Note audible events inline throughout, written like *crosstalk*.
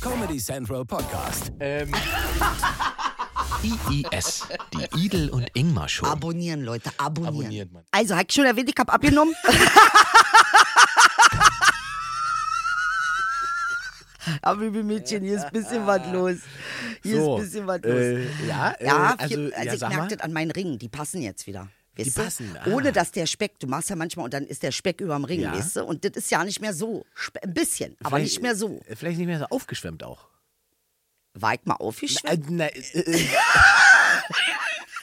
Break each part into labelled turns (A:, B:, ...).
A: Comedy Central Podcast.
B: Ähm,
C: IIS, die Idel und Ingmar Show.
D: Abonnieren, Leute, abonnieren.
B: Abonniert, Mann.
D: Also, hat schon erwähnt, ich
B: *laughs*
D: hab abgenommen. Aber liebe Mädchen, hier ist ein bisschen was los. Hier
B: so,
D: ist ein bisschen was los.
B: Äh, ja, äh,
D: ja,
B: also,
D: vier, also
B: ja,
D: ich
B: sag mal.
D: merke das an meinen Ringen, die passen jetzt wieder. Weißt du?
B: passen, ah.
D: Ohne dass der Speck, du machst ja manchmal und dann ist der Speck über dem Ring,
B: Ja.
D: weißt du? Und das ist ja nicht mehr so. Spe ein bisschen, aber
B: Vielleicht-
D: nicht mehr so.
B: äh, Vielleicht nicht mehr so aufgeschwemmt auch.
D: War ich mal aufgeschwemmt?
B: Äh, na, äh,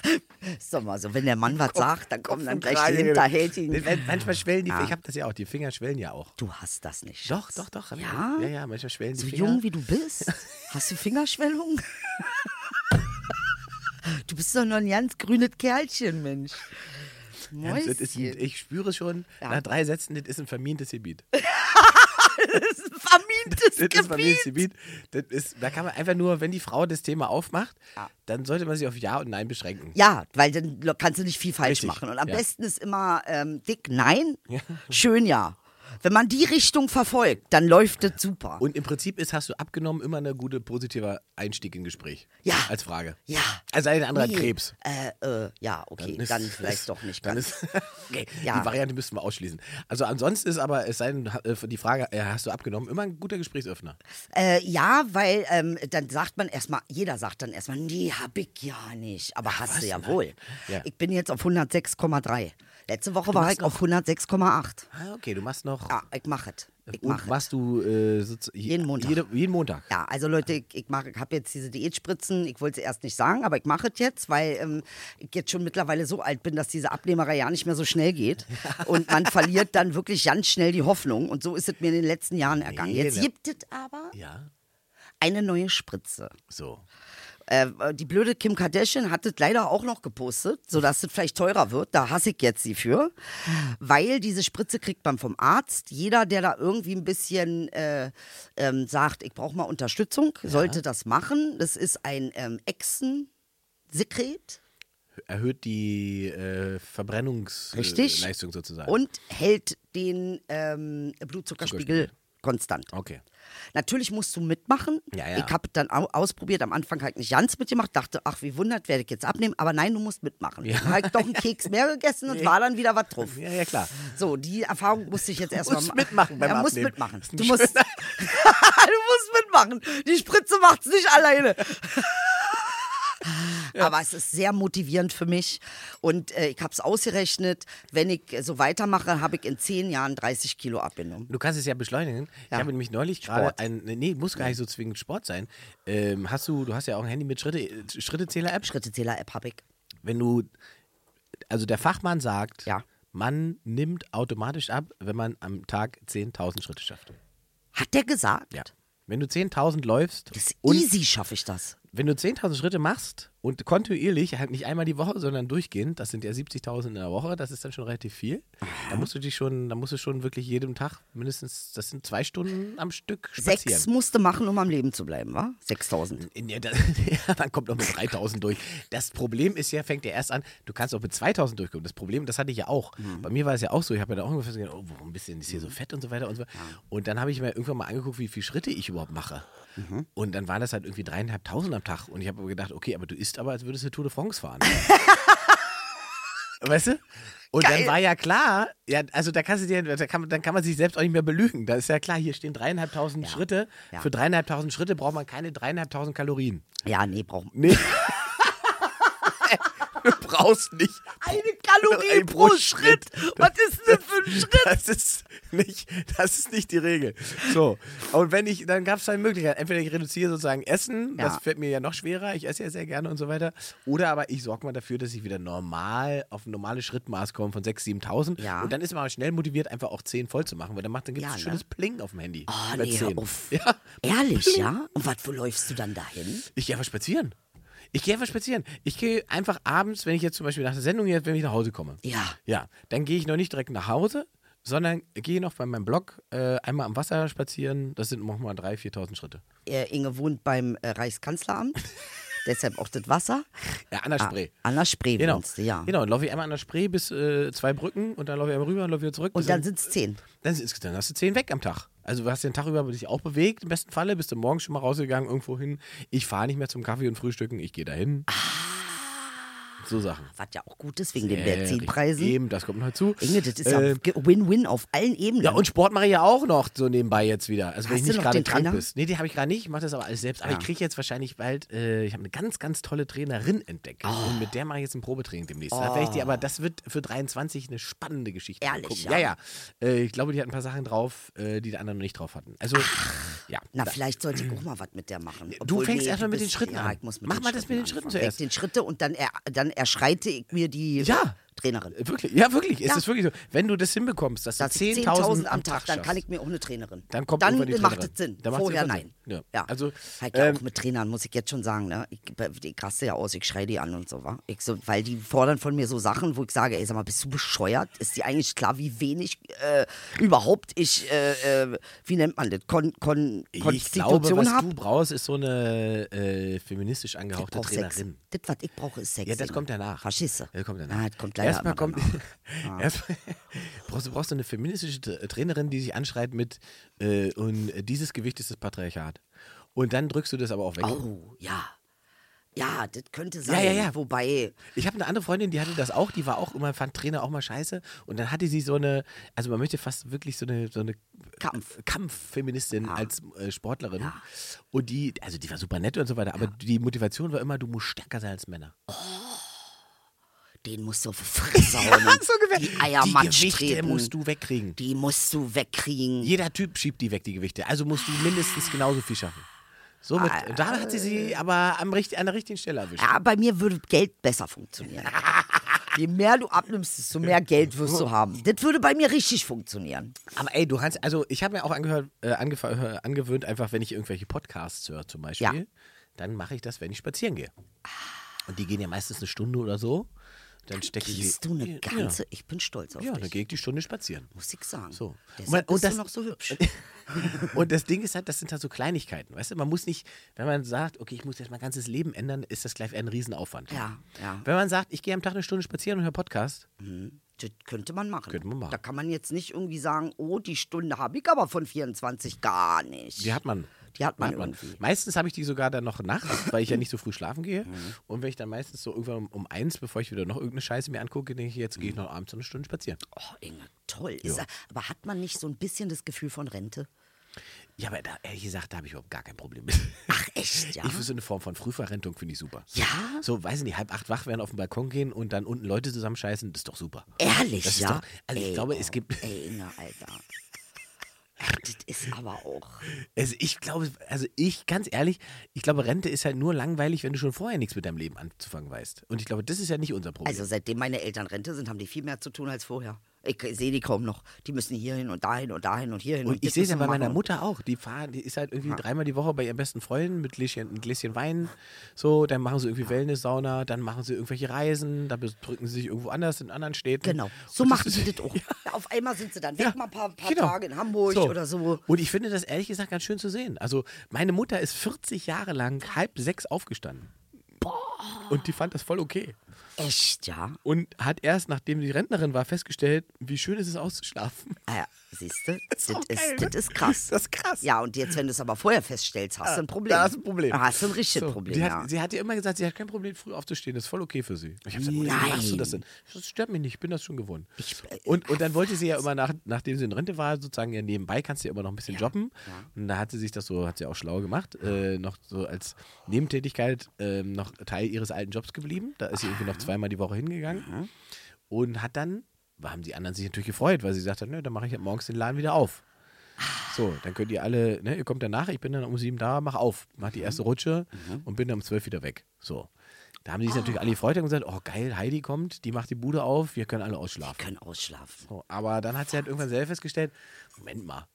B: äh,
D: Ist doch mal so, wenn
B: *laughs*
D: der Mann was sagt, dann kommen dann gleich
B: gerade-
D: hinterhält ihn.
B: Äh, Manchmal schwellen die, ich habe das ja auch, die Finger schwellen ja auch.
D: Du hast das nicht.
B: Doch,
D: Schatz.
B: doch, doch. hab ich-
D: Ja?
B: ja, ja, manchmal schwellen die
D: So
B: Finger.
D: jung wie du bist, hast du Fingerschwellung? Du bist doch noch ein ganz grünes Kerlchen, Mensch.
B: Hans, das ist
D: Mäuschen.
B: ein, ich spüre schon,
D: Ja.
B: nach drei Sätzen, das ist ein vermintes Gebiet.
D: Das ist ein vermintes
B: Das ist ein vermintes
D: Gebiet.
B: Gebiet. Das ist, da kann man einfach nur, wenn die Frau das Thema aufmacht,
D: Ah.
B: dann sollte man sich auf Ja und Nein beschränken.
D: Ja, weil dann lo- kannst du nicht viel falsch
B: Richtig,
D: machen. Und am
B: ja.
D: besten ist immer ähm, dick Nein, schön Ja. Wenn man die Richtung verfolgt, dann läuft das super.
B: Und im Prinzip ist, hast du abgenommen, immer eine gute positive Einstieg in Gespräch.
D: Ja.
B: Als Frage.
D: Ja.
B: Also ein anderer
D: Nee.
B: hat Krebs.
D: Äh, äh, ja, okay, dann,
B: ist-
D: vielleicht doch nicht
B: Dann
D: ganz.
B: ist, *laughs* okay,
D: Ja.
B: Die Variante müssten wir ausschließen. Also ansonsten ist aber, es sei denn, ha- äh, die Frage, äh, hast du abgenommen, immer ein guter Gesprächsöffner.
D: Äh, ja, weil ähm, dann sagt man erstmal, jeder sagt dann erstmal, nee, hab ich ja nicht. Aber hast du ja wohl.
B: Ja.
D: Ich bin jetzt auf 106,3. Letzte Woche war ich auf 106,8.
B: Ah, okay, du machst noch.
D: Ja, ich mache es. Ich
B: und
D: mache
B: machst du äh, sozu- je-
D: Jeden Montag.
B: Jede, jeden Montag.
D: Ja, also Leute, ich, ich, mach- ich habe jetzt diese Diätspritzen, ich wollte es erst nicht sagen, aber ich mache es jetzt, weil ähm, ich jetzt schon mittlerweile so alt bin, dass diese Abnehmerei ja nicht mehr so
B: *laughs*
D: schnell geht. Und man verliert dann wirklich ganz schnell die Hoffnung. Und so ist es mir in den letzten Jahren ergangen.
B: Nee,
D: jetzt
B: ne-
D: gibt es aber
B: Ja,
D: eine neue Spritze.
B: so.
D: Äh, die blöde Kim Kardashian hat es leider auch noch gepostet, sodass es vielleicht teurer wird. Da hasse ich jetzt sie für. Weil diese Spritze kriegt man vom Arzt. Jeder, der da irgendwie ein bisschen äh, ähm, sagt, ich brauche mal Unterstützung, sollte das machen. Das ist ein ähm, Echsensekret.
B: Erhöht die äh, Verbrennungsleistung
D: Richtig.
B: äh, Leistung sozusagen.
D: Und hält den ähm, Blutzuckerspiegel konstant.
B: Okay.
D: Natürlich musst du mitmachen.
B: Ja, ja.
D: Ich habe dann au- ausprobiert, am Anfang halt nicht ganz mitgemacht, dachte, ach, wie wundert, werde ich jetzt abnehmen. Aber nein, du musst mitmachen. Dann habe ich doch einen Keks mehr gegessen und war dann wieder was drauf.
B: Ja, ja, klar.
D: So, die Erfahrung musste ich jetzt erstmal
B: musst mitmachen beim
D: ja, musst
B: Abnehmen.
D: mitmachen.
B: Das ist ein
D: Du musst, du *laughs* musst mitmachen. Die Spritze macht's nicht
B: *laughs*
D: alleine. *laughs* Aber es ist sehr motivierend für mich. Und äh, ich habe es ausgerechnet, wenn ich äh, so weitermache, habe ich in zehn Jahren 30 Kilo abgenommen.
B: Du kannst es ja beschleunigen. Ich habe nämlich neulich gerade ein. Nee, muss gar nicht so zwingend Sport sein. Ähm, hast du, du hast ja auch ein Handy mit Schritte, Schrittezähler-App.
D: Schrittezähler-App habe ich.
B: Wenn du, also der Fachmann sagt,
D: Ja.
B: man nimmt automatisch ab, wenn man am Tag 10.000 Schritte schafft.
D: Hat der gesagt?
B: Ja. Wenn du 10.000 läufst
D: Das ist
B: und
D: easy schaffe ich das.
B: wenn du 10.000 Schritte machst und kontinuierlich, halt nicht einmal die Woche, sondern durchgehend, das sind ja 70.000 in der Woche, das ist dann schon relativ viel. Da musst du dich schon, da musst du schon wirklich jedem Tag mindestens, das sind zwei Stunden am Stück spazieren.
D: Sechs musste machen, um am Leben zu bleiben, wa? 6000.
B: In der, *laughs* ja, dann kommt noch mit 3000 durch. Das Problem ist ja, fängt ja erst an, du kannst auch mit 2000 durchkommen. Das Problem, das hatte ich ja auch.
D: Mhm.
B: Bei mir war es ja auch so, ich habe ja da auch irgendwann festgestellt, oh, warum bist du denn jetzt hier so fett und so weiter und so. Und dann habe ich mir irgendwann mal angeguckt, wie viele Schritte ich überhaupt mache.
D: Mhm.
B: Und dann waren das halt irgendwie dreieinhalbtausend am Tag. Und ich habe aber gedacht, okay, aber du isst aber, als würdest du Tour de France fahren. *laughs* Weißt du? Und dann war ja klar, ja, also da kannst du dir, da kann, dann kann man sich selbst auch nicht mehr belügen. Da ist ja klar, hier stehen dreieinhalbtausend Schritte.
D: Ja.
B: Für dreieinhalbtausend Schritte braucht man keine dreieinhalbtausend Kalorien.
D: Ja, nee, brauchen
B: Nee. du brauchst nicht.
D: Eine
B: Ein pro pro Schritt.
D: Was ist denn für *laughs* ein
B: Das *laughs* ist nicht, das ist nicht die Regel. So. Und wenn ich, dann gab es zwei Möglichkeiten. Entweder ich reduziere sozusagen Essen,
D: Ja.
B: das fällt mir ja noch schwerer, ich esse ja sehr gerne und so weiter. Oder aber ich sorge mal dafür, dass ich wieder normal auf ein normales Schrittmaß komme von 6.000, 7.000.
D: Ja.
B: Und dann ist man aber schnell motiviert, einfach auch 10 voll zu machen, weil dann macht dann gibt es
D: Ja,
B: ein
D: ne?
B: schönes Pling auf dem Handy.
D: Oh,
B: bei
D: nee, hör
B: 10.
D: auf.
B: Ja.
D: Ehrlich, ja? Und wat, wo läufst du dann dahin?
B: Ich gehe einfach spazieren. Ich gehe einfach spazieren. Ich gehe einfach abends, wenn ich jetzt zum Beispiel nach der Sendung jetzt, wenn ich nach Hause komme.
D: Ja.
B: Ja, dann gehe ich noch nicht direkt nach Hause, sondern gehe noch bei meinem Blog äh, einmal am Wasser spazieren. Das sind nochmal 3.000, 4.000 Schritte.
D: Äh, Inge wohnt beim
B: *laughs*
D: äh, Reichskanzleramt. Deshalb auch das Wasser.
B: Ja, an der Spree.
D: Ah, an der Spree
B: genau.
D: wohnst du, ja.
B: Genau, dann laufe ich einmal an der Spree bis äh, zwei Brücken und dann laufe ich einmal rüber und laufe wieder zurück. Das
D: Und dann
B: sind-
D: sind's zehn.
B: dann, sind, dann hast du 10 weg am Tag. Also du hast den Tag über dich auch bewegt, im besten Falle, bist du morgens schon mal rausgegangen, irgendwo hin. Ich fahre nicht mehr zum Kaffee und Frühstücken, ich gehe dahin.
D: Ah.
B: So Sachen.
D: Was ja auch gut ist wegen den
B: Äh,
D: Benzinpreisen.
B: Eben, das kommt noch dazu.
D: Inge, das ist ja
B: Ähm,
D: ge- Win-Win auf allen Ebenen.
B: Ja, und Sport mache ich ja auch noch so nebenbei jetzt wieder. Also wenn
D: Hast
B: ich
D: du
B: nicht
D: noch
B: gerade
D: den
B: krank
D: Trainer?
B: bin. Nee, die habe ich gerade nicht. Ich mache das aber alles selbst. Aber ich kriege jetzt wahrscheinlich bald, äh, ich habe eine ganz, ganz tolle Trainerin entdeckt.
D: Oh.
B: Und mit der mache ich jetzt ein Probetraining demnächst. Da werde ich die, aber das wird für 23 eine spannende Geschichte. Mal
D: Ehrlich,
B: gucken.
D: ja?
B: Ja, ja. Äh, ich glaube, die hat ein paar Sachen drauf, äh, die die anderen noch nicht drauf hatten. Also, ja.
D: Na,
B: Da-
D: vielleicht sollte
B: *clears throat*
D: ich auch mal was mit der machen.
B: fängst erst mal mit
D: bist-
B: den Schritten
D: ja,
B: an.
D: Ich muss mit
B: Mach
D: den
B: mal das
D: Schritten
B: mit den Schritten
D: anfangen.
B: zuerst.
D: Ich den Schritte und dann, er, dann erschreite ich mir die
B: Ja. Äh,
D: Trainerin.
B: Wirklich, ja, wirklich. Es
D: Ja.
B: ist wirklich so. Wenn du das hinbekommst, dass du
D: Das sind
B: 10.000 am Tag
D: dann kann
B: schaffst.
D: ich mir auch eine Trainerin.
B: Dann kommt
D: dann
B: irgendwann die
D: macht es
B: Trainerin.
D: Sinn.
B: Dann macht's
D: Vorher
B: irgendwann
D: nein.
B: Sinn. Ja. Also,
D: halt ja
B: ähm,
D: auch mit Trainern, muss ich jetzt schon sagen. Ne? Ich, ich raste ja aus, ich schreie die an und so, wa? Ich so, weil die fordern von mir so Sachen, wo ich sage, ey, sag mal, bist du bescheuert? Ist dir eigentlich klar, wie wenig äh, überhaupt ich, äh, äh, wie nennt man das, Kon, Kon,
B: Ich
D: Konstitution
B: glaube, was
D: hab?
B: du brauchst, ist so eine äh, feministisch
D: Ich
B: angehauchte
D: brauch Sex.
B: Trainerin.
D: Das, was ich brauche, ist Sex.
B: Ja, das
D: Inge.
B: kommt danach.
D: Verstehst du?
B: Das kommt danach.
D: Ah, das kommt leider
B: Erstmal
D: immer
B: kommt.
D: danach.
B: *laughs*
D: Ah.
B: Erstmal, brauchst, du brauchst eine feministische Tra- äh, Trainerin, die sich anschreit mit äh, und äh, dieses Gewicht ist das Patriarchat. Und dann drückst du das aber auch weg.
D: Oh, ja. Ja, das könnte sein.
B: ja, ja.
D: Wobei,
B: Ich habe eine andere Freundin, die hatte das auch, die war auch immer, fand Trainer auch mal scheiße. Und dann hatte sie so eine, also man möchte fast wirklich so eine, so eine
D: Kampf. Ah.
B: Kampffeministin als äh, Sportlerin. Und die, also die war super nett und so weiter, aber die Motivation war immer, du musst stärker sein als Männer.
D: den musst du auf
B: *laughs*
D: die Fresse hauen. und die
B: Ah
D: Eiermatsch
B: die Gewichte
D: treten.
B: musst du wegkriegen.
D: die musst du wegkriegen.
B: Jeder Typ schiebt die weg, die Gewichte. Also musst du mindestens genauso viel schaffen. Somit, da hat sie sie aber am, richt- an der richtigen Stelle erwischt.
D: Ja, bei mir würde Geld
B: *laughs*
D: besser funktionieren. Je mehr du abnimmst, desto mehr Geld wirst du haben. Das würde bei mir richtig funktionieren.
B: Aber ey, du kannst, also ich habe mir auch angehört, äh, angef- äh, angewöhnt, einfach wenn ich irgendwelche Podcasts höre zum Beispiel,
D: Ja.
B: dann mache ich das, wenn ich spazieren gehe. Und die gehen ja meistens eine Stunde oder so. Dann stecke ich die.
D: Siehst du eine ganze, ich bin stolz auf
B: Ja, ja dann
D: dich.
B: gehe ich die Stunde spazieren.
D: Muss ich sagen.
B: So. Und man-
D: Deshalb
B: und
D: bist
B: das-
D: du noch
B: *laughs*
D: so hübsch.
B: Und das Ding ist halt, das sind halt so Kleinigkeiten, weißt du? Man muss nicht, wenn man sagt, okay, ich muss jetzt mein ganzes Leben ändern, ist das gleich ein Riesenaufwand.
D: Ja, ja.
B: Wenn man sagt, ich gehe am Tag eine Stunde spazieren und höre Podcast,
D: Das könnte man machen.
B: Könnte man machen.
D: Da kann man jetzt nicht irgendwie sagen, oh, die Stunde habe ich aber von 24 gar nicht.
B: die hat man.
D: Die hat man
B: Hat man.
D: irgendwie.
B: Meistens habe ich die sogar dann noch nachts, weil ich ja nicht so früh schlafen gehe.
D: Mhm.
B: Und wenn ich dann meistens so irgendwann um, um eins, bevor ich wieder noch irgendeine Scheiße mir angucke, denke ich, jetzt gehe
D: Mhm.
B: ich noch abends eine Stunde spazieren.
D: Oh, Inge, toll. Ist, er- aber hat man nicht so ein bisschen das Gefühl von Rente?
B: Ja, aber da, ehrlich gesagt, da habe ich überhaupt gar kein Problem mit.
D: Ach, echt, ja?
B: Ich finde so eine Form von Frühverrentung finde ich super.
D: Ja?
B: So, weiß ich nicht, halb acht wach werden, auf den Balkon gehen und dann unten Leute zusammenscheißen, das ist doch super.
D: Ehrlich,
B: Das ist
D: ja? oh,
B: doch- also ich glaube, es gibt-
D: Ey, Inge, Alter. Ach, das ist aber auch...
B: *laughs* Also ich glaube, also ich, ganz ehrlich, ich glaube, Rente ist halt nur langweilig, wenn du schon vorher nichts mit deinem Leben anzufangen weißt. Und ich glaube, das ist ja nicht unser Problem.
D: Also seitdem meine Eltern Rente sind, haben die viel mehr zu tun als vorher. Ich sehe die kaum noch. Die müssen hierhin und dahin und dahin und hierhin.
B: und ich
D: das
B: sehe es ja
D: müssen
B: bei
D: wir
B: meiner
D: machen.
B: Mutter auch. Die, fahren, die ist halt irgendwie dreimal die Woche bei ihren besten Freunden mit Gläschen, ein Gläschen Wein. So, dann machen sie irgendwie Wellness-Sauna, dann machen sie irgendwelche Reisen, dann drücken sie sich irgendwo anders in anderen Städten.
D: Genau, so
B: Und
D: machen
B: ist-
D: die das
B: *laughs*
D: auch. Auf einmal sind sie dann weg,
B: Ja,
D: mal ein paar, paar
B: genau.
D: Tage in Hamburg oder so.
B: Und ich finde das ehrlich gesagt ganz schön zu sehen. Also, meine Mutter ist 40 Jahre lang halb sechs aufgestanden. Und die fand das voll okay.
D: Echt, ja?
B: Und hat erst, nachdem sie Rentnerin war, festgestellt, wie schön ist es auszuschlafen.
D: Ah, ja, siehst du, das,
B: auch
D: ist,
B: geil, ne?
D: das ist krass.
B: Das ist krass. Ah,
D: Ja, und jetzt, wenn du es aber vorher feststellst, hast du ein Problem.
B: Da hast du ein Problem.
D: Da hast du ein richtiges
B: So,
D: Problem,
B: Die hat,
D: ja.
B: Sie hat ja immer gesagt, sie hat kein Problem, früh aufzustehen. Das ist voll okay für sie. Ich habe gesagt, Mutter, wie machst du das denn? Das stört mich nicht, ich bin das schon gewohnt.
D: äh,
B: und, und dann wollte sie ja immer, nach, nachdem sie in Rente war, sozusagen ja nebenbei kannst du ja immer noch ein bisschen jobben. Und da hat sie sich das so, hat sie auch schlau gemacht, äh, noch so als Nebentätigkeit ähm, noch Teil ihres alten Jobs geblieben. Da ist sie irgendwie noch zweimal die Woche hingegangen. Und hat dann, haben die anderen sich natürlich gefreut, weil sie gesagt hat, nö, dann mache ich halt morgens den Laden wieder auf. So, dann könnt ihr alle, ne, ihr kommt danach, ich bin dann um sieben da, mach auf, mach die erste Rutsche und bin dann um zwölf wieder weg. So. Da haben die sich natürlich alle gefreut und gesagt, oh geil, Heidi kommt, die macht die Bude auf, wir können alle ausschlafen.
D: Können ausschlafen.
B: So, aber dann hat sie halt irgendwann selber festgestellt, Moment mal,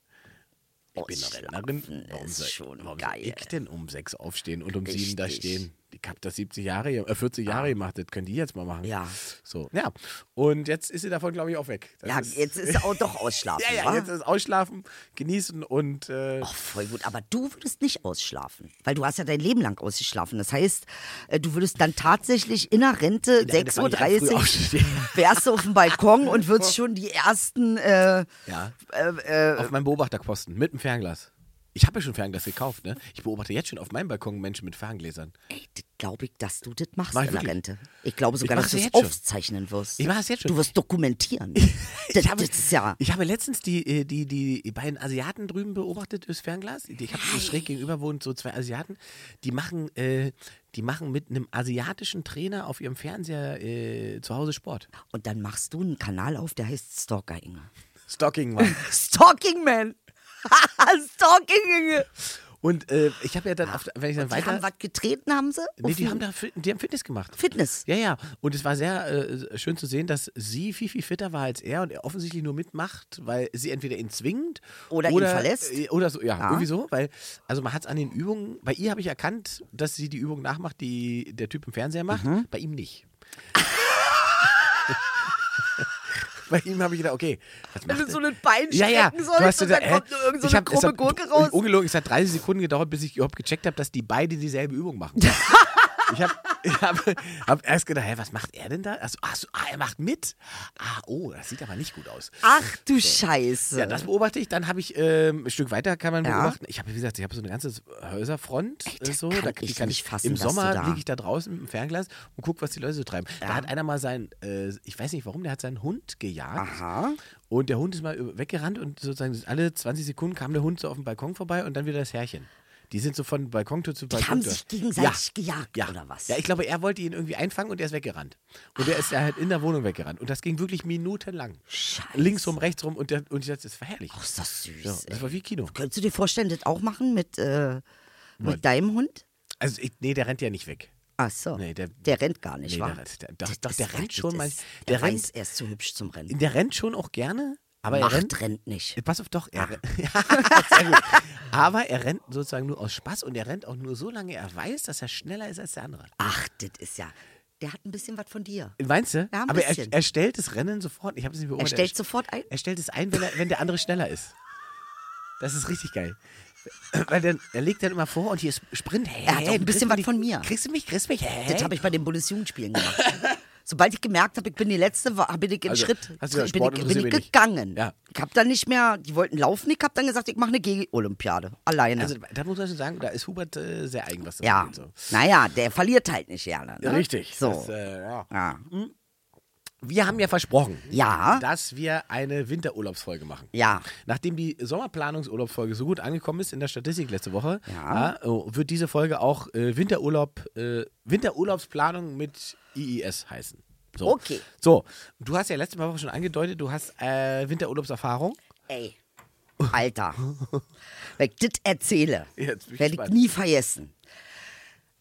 B: ich bin eine Rentnerin,
D: Ausschlafen
B: warum
D: ist
B: soll,
D: schon
B: warum soll
D: geil.
B: ich denn um sechs aufstehen und um sieben da
D: Richtig.
B: stehen? Ich hab das 70 Jahre, äh 40 Jahre gemacht, das können die jetzt mal machen.
D: Ja.
B: So, ja. Und jetzt ist sie davon, glaube ich, auch weg. Das
D: Ja,
B: ist,
D: jetzt ist er auch doch ausschlafen.
B: *laughs* ja, ja,
D: wa?
B: jetzt ist ausschlafen, genießen und äh,
D: Ach, voll gut. Aber du würdest nicht ausschlafen, weil du hast ja dein Leben lang ausgeschlafen. Das heißt, äh, du würdest dann tatsächlich in der Rente
B: Rente fang ich an, früh *laughs* Oh.
D: 6.30 Uhr
B: aufzustehen.
D: wärst du auf
B: *laughs*
D: dem Balkon und würdest schon die ersten... Äh,
B: ja.
D: äh, äh,
B: auf meinem Beobachterposten mit dem Fernglas. Ich habe ja schon Fernglas gekauft, ne? Ich beobachte jetzt schon auf meinem Balkon Menschen mit Ferngläsern.
D: glaube ich, dass du das machst
B: Mach ich
D: in der
B: wirklich.
D: Rente. Ich glaube sogar,
B: mach's
D: dass du
B: ja
D: es
B: jetzt schon.
D: aufzeichnen wirst.
B: Ich mach's jetzt schon.
D: Du wirst dokumentieren. das,
B: *laughs* Ich habe,
D: das ist ja...
B: ich habe letztens die, äh, die, die beiden Asiaten drüben beobachtet durchs Fernglas. Die- Ich habe so schräg gegenüber wohnen so zwei Asiaten. Die machen, äh, die machen mit einem asiatischen Trainer auf ihrem Fernseher äh, zu Hause Sport.
D: Und dann machst du einen Kanal auf, der heißt Stalker Inge.
B: Stocking, Mann.
D: Stalking
B: *laughs*
D: Man. Stalking Inge.
B: Und äh, ich habe ja dann, auf, wenn ich dann
D: Ah. Die haben
B: weiter.
D: was getreten, haben sie?
B: Nee,
D: Auf
B: die
D: dem
B: haben, da, Fit- die haben Fitness gemacht.
D: Fitness.
B: Ja, ja. Und es war sehr äh, schön zu sehen, dass sie viel, viel fitter war als er und er offensichtlich nur mitmacht, weil sie entweder ihn zwingt
D: Oder ihn verlässt.
B: äh, Oder so, ja,
D: Ja.
B: irgendwie so. Weil, also man hat es an den Übungen, bei ihr habe ich erkannt, dass sie die Übung nachmacht, die der Typ im Fernseher macht,
D: Mhm.
B: bei ihm nicht. *laughs* Bei ihm habe ich gedacht, okay, was macht
D: Wenn
B: er?
D: du so ein Bein
B: ja, ja.
D: strecken sollst und
B: gedacht,
D: dann kommt
B: hä?
D: nur irgend so
B: Ich
D: eine
B: hab- es
D: krumme
B: hat-
D: Gurke raus.
B: Ungelogen, es hat 30 Sekunden gedauert, bis ich überhaupt gecheckt habe, dass die beide dieselbe Übung
D: *laughs*
B: machen. Ich habe ich hab, hab erst gedacht, hä, was macht er denn da? Achso, ach so, ah, er macht mit. Ah, oh, das sieht aber nicht gut aus.
D: Ach du Scheiße.
B: Ja, das beobachte ich. Dann habe ich ähm, ein Stück weiter kann man
D: ne? Ja.
B: beobachten. Ich habe, wie gesagt, ich habe so eine ganze Häuserfront.
D: das
B: äh, so.
D: kann
B: da,
D: ich
B: die kann
D: nicht fassen,
B: Im
D: dass du
B: Sommer
D: da-
B: liege ich da draußen mit dem Fernglas und gucke, was die Leute so treiben. Da hat einer mal seinen, äh, ich weiß nicht warum, der hat seinen Hund gejagt.
D: Aha.
B: Und der Hund ist mal über- weggerannt und sozusagen alle 20 Sekunden kam der Hund so auf dem Balkon vorbei und dann wieder das Herrchen. Die sind so von Balkontür zu Balkontür.
D: haben sich gegenseitig gejagt,
B: ja.
D: oder was? Ah.
B: Ja, ich glaube, er wollte ihn irgendwie einfangen und er ist weggerannt. Und er ist halt in der Wohnung weggerannt. Und das ging wirklich minutenlang.
D: Scheiße.
B: Links rum, rechts rum und, der, und ich dachte, das war herrlich.
D: Ist das süß.
B: Ja, das war wie Kino.
D: Könntest du dir vorstellen, das auch machen mit, äh, mit deinem Hund?
B: Also, ich, nee, der rennt ja nicht weg.
D: Ach so.
B: Nee, der-
D: rennt gar nicht,
B: Nee,
D: wa?
B: der rennt- der- doch,
D: Das
B: doch, der
D: ist
B: rennt
D: was,
B: schon
D: das
B: mal-
D: ist-
B: der
D: Der,
B: rennt-
D: weiß, er ist zu hübsch zum Rennen.
B: Der rennt schon auch gerne, aber
D: Macht
B: er rennt.
D: rennt nicht.
B: Pass auf, doch, er rennt. *laughs* Sehr gut. Aber er rennt sozusagen nur aus Spaß und er rennt auch nur so lange, er weiß, dass er schneller ist als der andere.
D: Ach, das ist ja. Der hat ein bisschen was von dir.
B: Meinst du?
D: Ja, ein
B: aber er,
D: bisschen.
B: er stellt das Rennen sofort. Ich habe es nicht
D: Er
B: beobachtet.
D: stellt sofort ein.
B: Er stellt es ein, wenn, er, wenn der andere schneller ist. Das ist richtig geil. Weil dann, er legt dann immer vor und hier ist Sprint. Hey,
D: Er hat auch
B: hey,
D: ein bisschen
B: kriegst du
D: was
B: mich?
D: von mir.
B: Kriegst du mich? Kriegst du mich? Hey.
D: Das habe ich bei den Bundesjugendspielen gemacht. *laughs* Sobald ich gemerkt habe, ich bin die Letzte, war, bin ich in
B: Also,
D: Schritt,
B: hast du gesagt,
D: bin,
B: Sport
D: ich, bin
B: interessiert
D: ich
B: mich nicht.
D: gegangen.
B: Ja.
D: Ich habe dann nicht mehr, die wollten laufen, ich habe dann gesagt, ich mache eine Gegen-Olympiade, alleine.
B: Also, da muss man schon sagen, da ist Hubert äh, sehr eigen, was das
D: ja,
B: angeht, so.
D: naja, der verliert halt nicht gerne. Ne?
B: Richtig.
D: So.
B: Das, äh, ja.
D: ja.
B: Wir haben ja versprochen,
D: Ja.
B: dass wir eine Winterurlaubsfolge machen.
D: ja,
B: Nachdem die Sommerplanungsurlaubsfolge so gut angekommen ist in der Statistik letzte Woche,
D: Ja.
B: ja, oh, wird diese Folge auch äh, Winterurlaub, äh, Winterurlaubsplanung mit IIS heißen. So.
D: Okay.
B: So, du hast ja letzte Woche schon angedeutet, du hast äh, Winterurlaubserfahrung.
D: ey, Alter, wenn ich das erzähle,
B: Jetzt bin ich
D: werde ich
B: gespannt.
D: nie vergessen.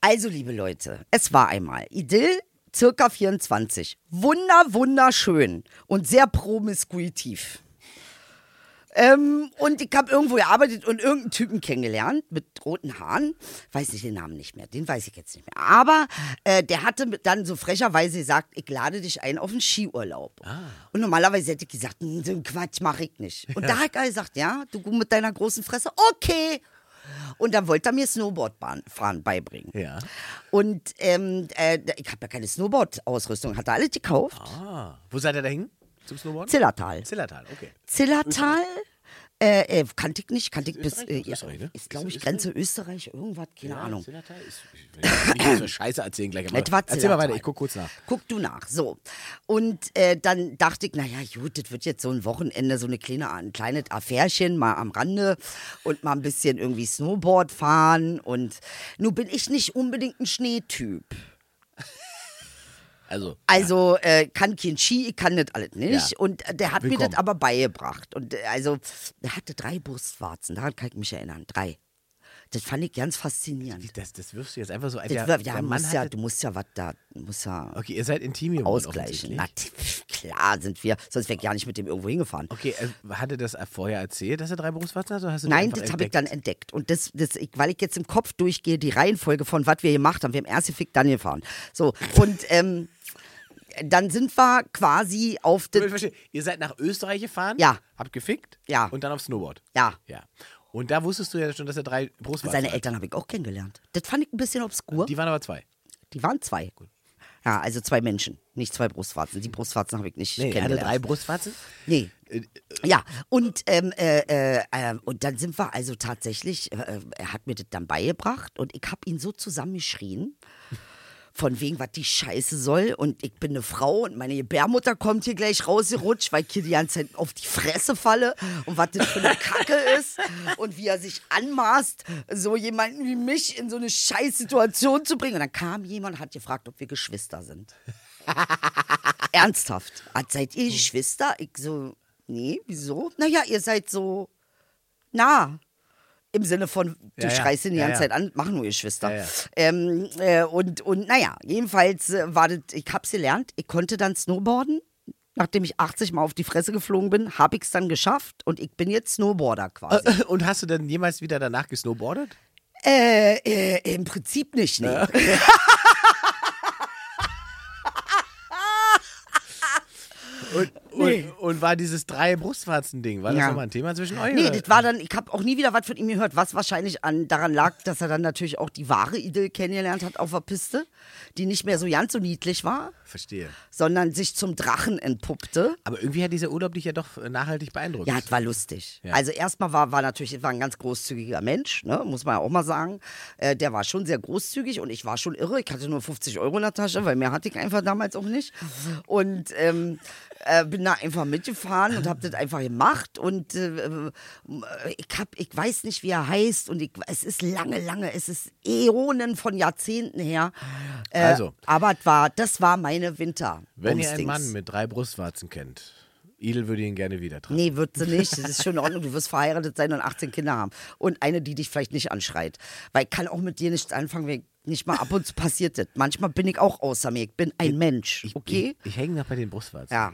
D: Also, liebe Leute, es war einmal Idyll, circa 24, wunder, wunderschön und sehr promiskuitiv. Ähm, und ich habe irgendwo gearbeitet und irgendeinen Typen kennengelernt mit roten Haaren. Weiß nicht den Namen nicht mehr, den weiß ich jetzt nicht mehr. Aber äh, der hatte mit- dann so frecherweise gesagt, ich lade dich ein auf einen Skiurlaub.
B: Ah.
D: Und normalerweise hätte ich gesagt, "Hm, so einen Quatsch mache ich nicht. Und da hat er gesagt, ja, du mit deiner großen Fresse, okay. Und dann wollte er mir Snowboardfahren fahren beibringen.
B: Ja.
D: Und ähm, äh, ich habe ja keine Snowboard-Ausrüstung, hat er alles gekauft.
B: Ah. Wo seid ihr da hin? Zum Snowboarden?
D: Zillertal.
B: Zillertal, okay.
D: Zillertal. Äh, äh, kannte ich nicht, kannte ich bis. Äh,
B: Österreich?
D: ja,
B: Österreich, ne?
D: Ist, glaube ich, Grenze Österreich, irgendwas, keine Ahnung.
B: Zillertal ist. Ich will nicht so Scheiße erzählen gleich.
D: Etwa
B: Aber erzähl mal
D: Zillertal.
B: weiter, ich guck kurz nach.
D: Guck du nach. So. Und äh, dann dachte ich, naja, gut, das wird jetzt so ein Wochenende, so eine kleine, ein kleines Affärchen, mal am Rande und mal ein bisschen irgendwie Snowboard fahren. Und nun bin ich nicht unbedingt ein Schneetyp.
B: Also,
D: Also äh, kann kein Ski, ich kann das alles nicht.
B: Ja.
D: Und äh, der hat mir
B: Willkommen.
D: das aber beigebracht. Und äh, also, der hatte drei Brustwarzen, daran kann ich mich erinnern. Drei. Das fand ich ganz faszinierend.
B: Wie, Das, das wirfst du jetzt einfach so ein.
D: Das
B: Der,
D: war, ja,
B: der
D: musst
B: Mann
D: ja,
B: hatte,
D: du musst ja was da, musst ja
B: Okay, ihr seid Intimium. ne?
D: ausgleichen. Na, t- pf, klar sind wir, sonst wäre ich ja nicht mit dem irgendwo hingefahren.
B: Okay, also, hat er das vorher erzählt, dass er drei Berufsfahrten hat? Oder hast du
D: Nein, das habe ich dann
B: dann.
D: entdeckt. Und das, das, ich, weil ich jetzt im Kopf durchgehe, die Reihenfolge von was wir gemacht haben. Wir haben erst gefickt, dann gefahren. So, und ähm, dann sind wir quasi auf
B: Ich will
D: den.
B: verstehen, Ihr seid nach Österreich gefahren,
D: Ja.
B: habt gefickt
D: Ja.
B: und dann auf Snowboard.
D: Ja.
B: ja. Und da wusstest du ja schon, dass er drei Brustwarzen
D: Seine
B: hat.
D: Eltern habe ich auch kennengelernt. Das fand ich ein bisschen obskur. Die,
B: Die waren aber zwei.
D: waren zwei. Ja, also zwei Menschen, nicht zwei Brustwarzen. Die Brustwarzen habe ich nicht
B: Nee, er hatte
D: kennengelernt.
B: drei Äh, Brustwarzen.
D: Nee. Ja, und, ähm, äh, äh, äh, und dann sind wir also tatsächlich, äh, er hat mir das dann beigebracht und ich habe ihn so zusammengeschrien, von wegen, was die Scheiße soll. Und ich bin eine Frau und meine Gebärmutter kommt hier gleich rausgerutscht, weil ich hier die ganze Zeit auf die Fresse falle und was das für eine Kacke ist und wie er sich anmaßt, so jemanden wie mich in so eine Scheißsituation zu bringen. Und dann kam jemand und hat gefragt, ob wir Geschwister sind. *laughs* Ernsthaft. Ah, Seid ihr Geschwister? Ich so, nee, wieso? Naja, ihr seid so nah. Im Sinne von, du
B: Ja, ja.
D: schreist ihn die
B: Ja,
D: ganze
B: ja.
D: Zeit an, mach nur Geschwister.
B: Ja, ja.
D: Ähm, äh, und, und naja, jedenfalls äh, war das, ich hab's gelernt, ich konnte dann snowboarden. Nachdem ich 80 Mal auf die Fresse geflogen bin, habe ich es dann geschafft und ich bin jetzt Snowboarder quasi.
B: *laughs* Und hast du dann jemals wieder danach gesnowboardet?
D: Äh, äh, im Prinzip nicht, ne?
B: Und,
D: *laughs* Nee.
B: und, und war dieses drei Brustwarzen-Ding, war das
D: Ja.
B: nochmal ein Thema zwischen euch?
D: *laughs* Nee,
B: oder?
D: das war dann, ich habe auch nie wieder was von ihm gehört, was wahrscheinlich an, daran lag, dass er dann natürlich auch die wahre Idee kennengelernt hat auf der Piste, die nicht mehr so ganz so niedlich war,
B: Verstehe.
D: sondern sich zum Drachen entpuppte.
B: Aber irgendwie hat dieser Urlaub dich ja doch äh, nachhaltig beeindruckt.
D: Ja, es war lustig.
B: Ja.
D: Also erstmal war, war natürlich, es war ein ganz großzügiger Mensch, ne? muss man ja auch mal sagen. Äh, der war schon sehr großzügig und ich war schon irre. Ich hatte nur 50 Euro in der Tasche, weil mehr hatte ich einfach damals auch nicht. Und ähm, äh, bin da einfach mitgefahren und habe das einfach gemacht. Und äh, äh, ich, hab, ich weiß nicht, wie er heißt. Und ich, es ist lange, lange, es ist Äonen von Jahrzehnten her. Äh,
B: Also.
D: Aber es war, das war meine Winter.
B: Wenn ihr einen Mann mit drei Brustwarzen kennt, Idel würde ihn gerne wieder treffen.
D: Nee, wird sie nicht. Das ist schon in Ordnung. Du wirst verheiratet sein und 18 Kinder haben. Und eine, die dich vielleicht nicht anschreit. Weil ich kann auch mit dir nichts anfangen, wenn nicht mal ab und zu passiert das. Manchmal bin ich auch außer mir. Ich bin ein Mensch. Okay?
B: Ich, ich hänge noch bei den Brustwarzen.
D: Ja.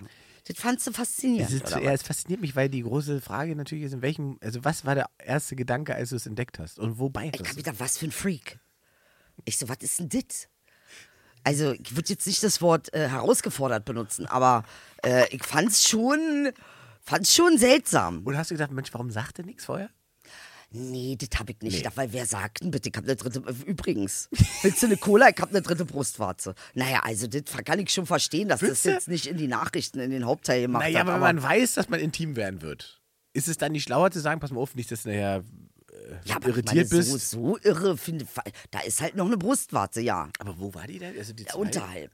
D: Das fandst du
B: Es,
D: faszinierend.
B: ist,
D: oder
B: ja,
D: was?
B: es fasziniert mich, weil die große Frage natürlich ist, in welchem, also was war der erste Gedanke, als du es entdeckt hast? Und wobei
D: Ich hab
B: hast du
D: gedacht, was für ein Freak. Ich so, was ist denn das? Also, ich würde jetzt nicht das Wort äh, herausgefordert benutzen, aber äh, ich fand's schon, fand's schon seltsam.
B: Und hast du gedacht, Mensch, warum sagt er nichts vorher?
D: Nee, das habe ich nicht gedacht, weil wer sagt denn bitte, ich habe eine dritte, übrigens, willst du eine Cola, ich habe eine dritte Brustwarze. Naja, also das kann ich schon verstehen, dass
B: Willst
D: das
B: du?
D: jetzt nicht in die Nachrichten, in den Hauptteil gemacht
B: Naja,
D: hat.
B: aber wenn man weiß, dass man intim werden wird, ist es dann nicht schlauer zu sagen, pass mal auf, nicht, dass du nachher äh,
D: ja, aber ich
B: irritiert
D: meine,
B: bist?
D: So, so irre, finde da ist halt noch eine Brustwarze, ja.
B: Aber wo war die denn? Also die zwei? Also
D: Unterhalb.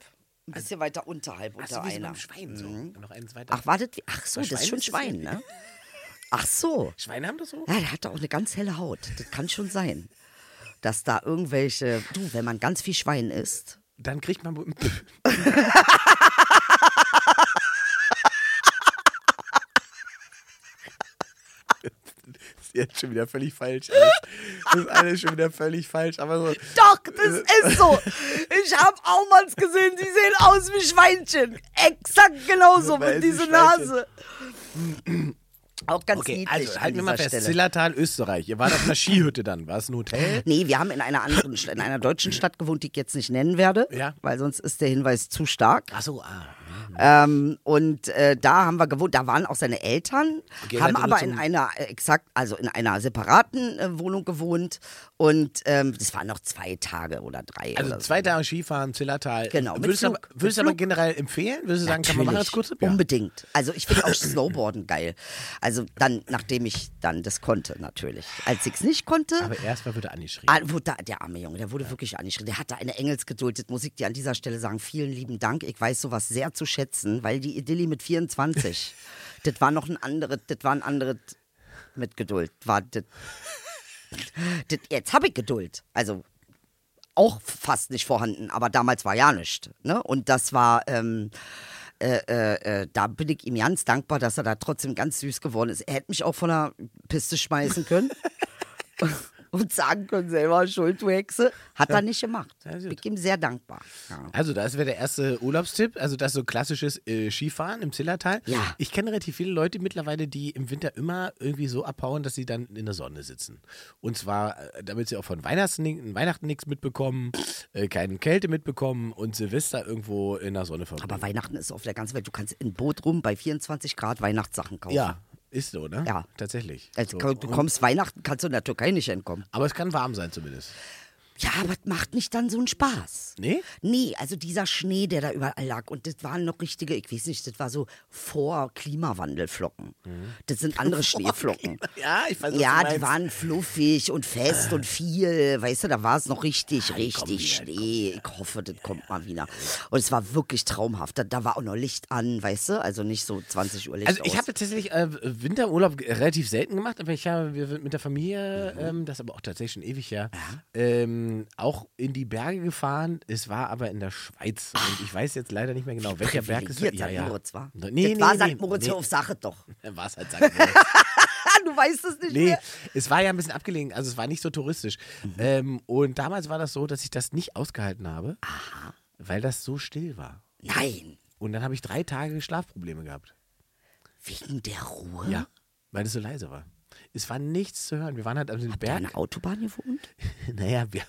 D: Ein bisschen weiter unterhalb,
B: Ach so,
D: unter
B: wie so
D: einer.
B: beim Schwein so. Noch einen zweiten.
D: mhm. Ach, wartet, wie- ach so,
B: Bei
D: das ist
B: Schweinen
D: schon
B: ist das
D: Schwein,
B: ja-
D: ne? Ach so.
B: Schweine haben das so?
D: Ja, der hat auch eine ganz helle Haut. Das kann schon sein. Dass da irgendwelche. Du, wenn man ganz viel Schwein isst,
B: Dann kriegt man. Das ist jetzt schon wieder völlig falsch. Alles. Das ist alles schon wieder völlig falsch. Aber so.
D: Doch, das ist so. Ich habe auch mal gesehen, die sehen aus wie Schweinchen. Exakt genauso
B: Weil
D: mit
B: sie
D: dieser
B: Schweinchen-
D: Nase. Auch ganz
B: Okay,
D: niedlich.
B: also halten wir
D: an
B: mal
D: dieser
B: fest.
D: Stelle.
B: Zillertal, Österreich. Ihr wart auf einer Skihütte dann. War es ein Hotel?
D: Nee, wir haben in einer anderen, St- in einer deutschen Stadt gewohnt, die ich jetzt nicht nennen werde,
B: Ja.
D: weil sonst ist der Hinweis zu stark.
B: Achso, ah.
D: Ähm, und äh, da haben wir gewohnt, da waren auch seine Eltern,
B: Okay, ihr
D: haben
B: seid
D: aber
B: nur
D: in
B: zum-
D: einer äh, exakt, also in einer separaten äh, Wohnung gewohnt. Und ähm, das waren noch zwei Tage oder drei.
B: Also
D: oder so.
B: zwei Tage Skifahren, Zillertal.
D: Genau, mit
B: Würdest du aber,
D: Flug. Mit
B: würdest du aber
D: Flug.
B: generell empfehlen? Würdest du sagen, kann man machen als
D: Natürlich,
B: kurze?
D: Unbedingt. Also ich finde auch Snowboarden geil. Also dann, nachdem ich dann das konnte, natürlich. Als ich es nicht konnte,
B: Aber erstmal wird er angeschrieben.
D: ah, wurde da, der arme Junge, der wurde wirklich angeschrien. Der hatte eine Engelsgeduld. Das muss ich dir an dieser Stelle sagen. Vielen lieben Dank. Ich weiß sowas sehr zu schätzen, weil die Idilli mit 24, das war noch ein anderes, das war ein anderes mit Geduld. War das, das, jetzt habe ich Geduld. Also auch fast nicht vorhanden, aber damals war ja nichts. Ne? Und das war, ähm, äh, äh, äh, da bin ich ihm ganz dankbar,
B: *laughs*
D: dass er da trotzdem ganz süß geworden ist. Er hätte mich auch von der Piste schmeißen können. und sagen können, selber Schuld, du Hexe. Hat er nicht gemacht.
B: Ja, gut.
D: Bin ich ihm sehr dankbar. Ja.
B: Also, das wäre der erste Urlaubstipp. Also, das ist so klassisches äh, Skifahren im Zillertal.
D: Ja.
B: Ich kenne relativ viele Leute mittlerweile, die im Winter immer irgendwie so abhauen, dass sie dann in der Sonne sitzen. Und zwar, äh, damit sie auch von Weihnachten, Weihnachten nichts mitbekommen, äh, keine Kälte mitbekommen und Silvester irgendwo in der Sonne verbringen.
D: Aber Weihnachten ist auf der ganzen Welt. Du kannst in Boot rum bei 24 Grad Weihnachtssachen kaufen.
B: ja, ist so, ne?
D: Ja.
B: Tatsächlich.
D: Also,
B: so.
D: du kommst Weihnachten, kannst du in der Türkei nicht entkommen.
B: Aber es kann warm sein zumindest.
D: Ja, aber es macht nicht dann so einen Spaß.
B: Nee?
D: Nee, also dieser Schnee, der da überall lag. Und das waren noch richtige, ich weiß nicht, das war so vor Klimawandelflocken.
B: *laughs*
D: Das sind andere Schneeflocken.
B: Mhm. Ja, ich weiß was
D: Ja,
B: du
D: die
B: meinst.
D: waren fluffig und fest und viel. Weißt du, da war es noch richtig, richtig Schnee. Ich hoffe, das kommt mal wieder. Und es war wirklich traumhaft. Da, da war auch noch Licht an, weißt du? Also nicht so 20 Uhr Licht
B: Also ich
D: aus.
B: habe tatsächlich äh, Winterurlaub g- relativ selten gemacht, aber ich habe wir sind mit der Familie,
D: Mhm.
B: ähm, das aber auch tatsächlich schon ewig her, ähm, auch in die Berge gefahren. Es war aber in der Schweiz und ich weiß jetzt leider nicht mehr genau, welcher Berg es war.
D: Ah. Privilegiert St. Moritz war.
B: Nee, nee,
D: das war
B: nee,
D: St. Moritz
B: nee.
D: auf Sache doch. *laughs*
B: War es halt St. Moritz.
D: Ah, du weißt es nicht
B: Nee,
D: mehr.
B: es war ja ein bisschen abgelegen, also es war nicht so touristisch.
D: Mhm.
B: Ähm, und damals war das so, dass ich das nicht ausgehalten habe, weil das so still war.
D: Nein,
B: Und dann habe ich drei Tage Schlafprobleme gehabt.
D: wegen der Ruhe.
B: Ja, weil es so leise war. Es war nichts zu hören. Wir waren halt an den
D: Hat
B: Berg.
D: eine Autobahn gewohnt?
B: *laughs* Naja, wir,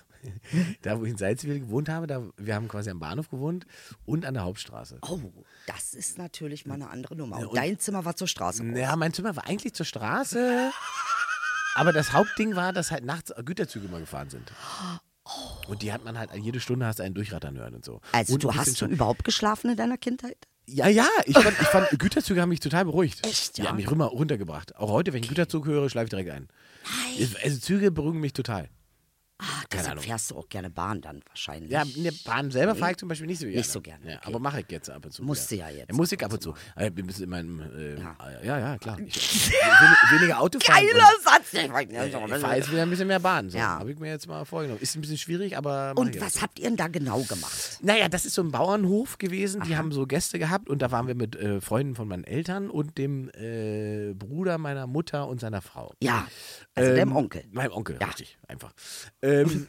B: da wo ich in Salzwedel gewohnt habe, da, wir haben quasi am Bahnhof gewohnt und an der Hauptstraße.
D: Oh, das ist natürlich mal eine andere Nummer. Und, dein Zimmer war zur Straße.
B: Naja, mein Zimmer war eigentlich zur Straße, aber das Hauptding war, dass halt nachts Güterzüge mal gefahren sind. Und die hat man halt, jede Stunde hast du einen durchrattern hören und so.
D: Also
B: und
D: du
B: ein
D: hast
B: bisschen Ah,
D: du überhaupt geschlafen in deiner Kindheit? Ah,
B: Ja, ja, ich fand, ich fand Güterzüge haben mich total beruhigt.
D: Echt,
B: Die
D: ja?
B: haben mich immer runtergebracht. Auch heute, wenn ich einen Güterzug höre, schlafe ich direkt ein. Es- Also Züge beruhigen mich total.
D: Ah, deshalb fährst du auch gerne Bahn dann wahrscheinlich.
B: Ja, in der Bahn selber fahre ich zum Beispiel nicht so gerne. ne?
D: Nicht so gerne,
B: Ja,
D: okay.
B: Aber mache ich jetzt ab und zu.
D: Musste ja jetzt
B: Ja, muss ich ab und zu. Äh, Wir müssen in meinem. Äh, ja. ja, klar.
D: *laughs*
B: Ich, wen- weniger Auto fahren.
D: Geiler
B: und- Äh,
D: Satz. Ich weiß nicht,
B: Ich fahre jetzt wieder ein bisschen mehr Bahn. So.
D: Ja.
B: Habe ich mir jetzt mal vorgenommen. Ist ein bisschen schwierig, aber. mach ich
D: Und
B: jetzt.
D: was habt ihr denn da genau gemacht?
B: Naja, das ist so ein Bauernhof gewesen. Die haben so Gäste gehabt und da waren wir mit äh, Freunden von meinen Eltern und dem äh, Bruder meiner Mutter und seiner Frau.
D: Ja, also
B: Ähm,
D: deinem Onkel.
B: Meinem Onkel,
D: Ja.
B: richtig, einfach. Ähm, *laughs*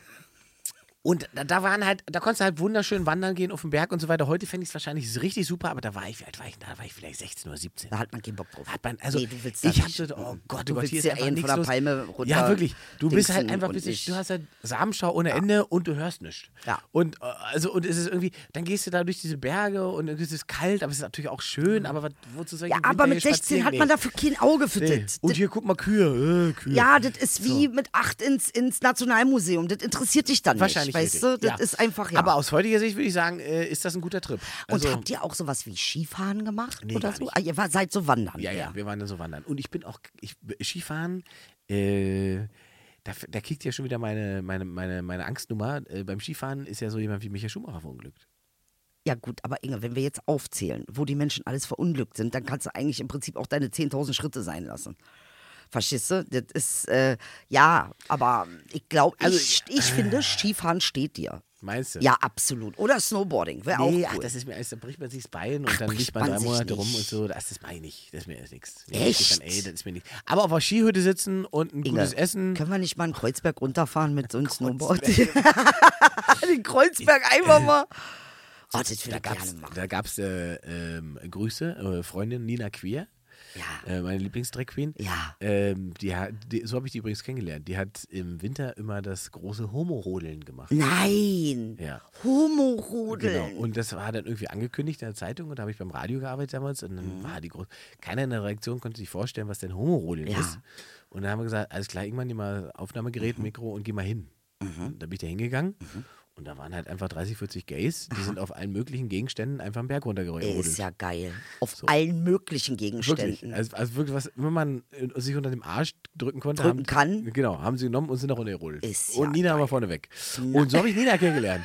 B: und da, da waren halt, da konntest du halt wunderschön wandern gehen auf dem Berg und so weiter. Heute fände ich es wahrscheinlich richtig super, aber da war ich, wie alt war ich? denn Da Da war ich vielleicht 16 oder 17.
D: Da hat man keinen Bock drauf.
B: Hat man, also,
D: nee, du willst da
B: ich hab
D: nicht.
B: so, oh Gott,
D: du
B: oh Gott,
D: willst
B: hier ist
D: ja
B: einfach
D: einen von
B: nichts
D: der
B: los.
D: Palme runter.
B: Ja, wirklich. Du bist halt
D: dingsen
B: einfach,
D: und
B: bist,
D: ich-
B: du hast halt Samenschau ohne Ende und du hörst nichts.
D: Ja.
B: Und, äh, also, und es ist irgendwie, dann gehst du da durch diese Berge und es ist kalt, aber es ist natürlich auch schön, aber was, wozu soll ich
D: Mhm. Ja,
B: im
D: aber
B: Winter
D: mit
B: hier
D: 16 hat
B: spazieren
D: man
B: gehen?
D: dafür kein Auge für
B: Nee.
D: das.
B: Und hier, guck mal, Kühe. Äh, Kühe.
D: Ja, das ist wie mit acht ins, ins Nationalmuseum. Das interessiert dich dann
B: Wahrscheinlich.
D: nicht. Weißt
B: richtig.
D: du, das
B: Ja.
D: ist einfach ja.
B: Aber aus heutiger Sicht würde ich sagen, äh, ist das ein guter Trip. Also,
D: und habt ihr auch sowas wie Skifahren gemacht
B: Nee,
D: oder
B: gar
D: so?
B: nicht.
D: Ah, ihr war, seid so wandern.
B: ja, ja, wir waren dann so wandern. Und ich bin auch, ich, Skifahren, äh, da, da kickt ja schon wieder meine, meine, meine, meine Angstnummer. Äh, beim Skifahren ist ja so jemand wie Michael Schumacher verunglückt.
D: Ja gut, aber Inge, wenn wir jetzt aufzählen, wo die Menschen alles verunglückt sind, dann kannst du eigentlich im Prinzip auch deine 10.000 Schritte sein lassen. Verstehst du? Das ist, äh, ja, aber ich glaube,
B: Also
D: ich, ich finde, Skifahren steht dir.
B: Meinst du?
D: Ja, absolut. Oder Snowboarding, wäre
B: Nee,
D: auch
B: ach,
D: cool.
B: das ist mir alles, da bricht man sich das Bein und
D: Ach,
B: dann liegt
D: bricht
B: man
D: man
B: drei
D: sich
B: Monate rum
D: nicht.
B: und so. Das, das meine ich. Das ist mir alles nichts.
D: Echt?
B: Ey, das ist mir nicht. Aber auf der Skihütte sitzen und ein
D: Inge,
B: gutes Essen.
D: Können wir nicht mal einen Kreuzberg runterfahren mit so einem Snowboard? *laughs* Den Kreuzberg
B: *laughs*
D: einfach mal. Oh, das
B: Da
D: würde
B: *laughs*
D: ich gerne
B: gab's,
D: machen.
B: da gab's äh, ähm, Grüße, äh, Freundin Nina Queer.
D: Ja.
B: Äh, meine Lieblingsdreck Queen.
D: Ja.
B: Ähm, die hat, die, so habe ich die übrigens kennengelernt. Die hat im Winter immer das große Homo-Rodeln gemacht.
D: Nein.
B: Ja.
D: Homo-Rudeln.
B: Genau. Und das war dann irgendwie angekündigt in der Zeitung und da habe ich beim Radio gearbeitet damals und dann
D: Mhm.
B: war die groß. Keiner in der Redaktion konnte sich vorstellen, was denn Homo-Rodeln
D: Ja.
B: ist. Und dann haben wir gesagt, alles klar, irgendwann nimm mal
D: Mhm.
B: Aufnahmegerät, Mikro und geh mal hin. Und Da bin ich da hingegangen. Und da waren halt einfach 30, 40 Gays,
D: *laughs*
B: die sind auf allen möglichen Gegenständen einfach einen Berg runtergerodelt.
D: Ist ja geil. Auf allen möglichen
B: Wirklich.
D: Gegenständen.
B: Also, also wirklich, was immer man äh, sich unter dem Arsch drücken konnte.
D: Drücken
B: haben,
D: kann.
B: Genau, haben sie genommen und sind nach unten gerollt.
D: Ist
B: und
D: ja
B: Nina war vorne weg. Und so habe ich Nina kennengelernt.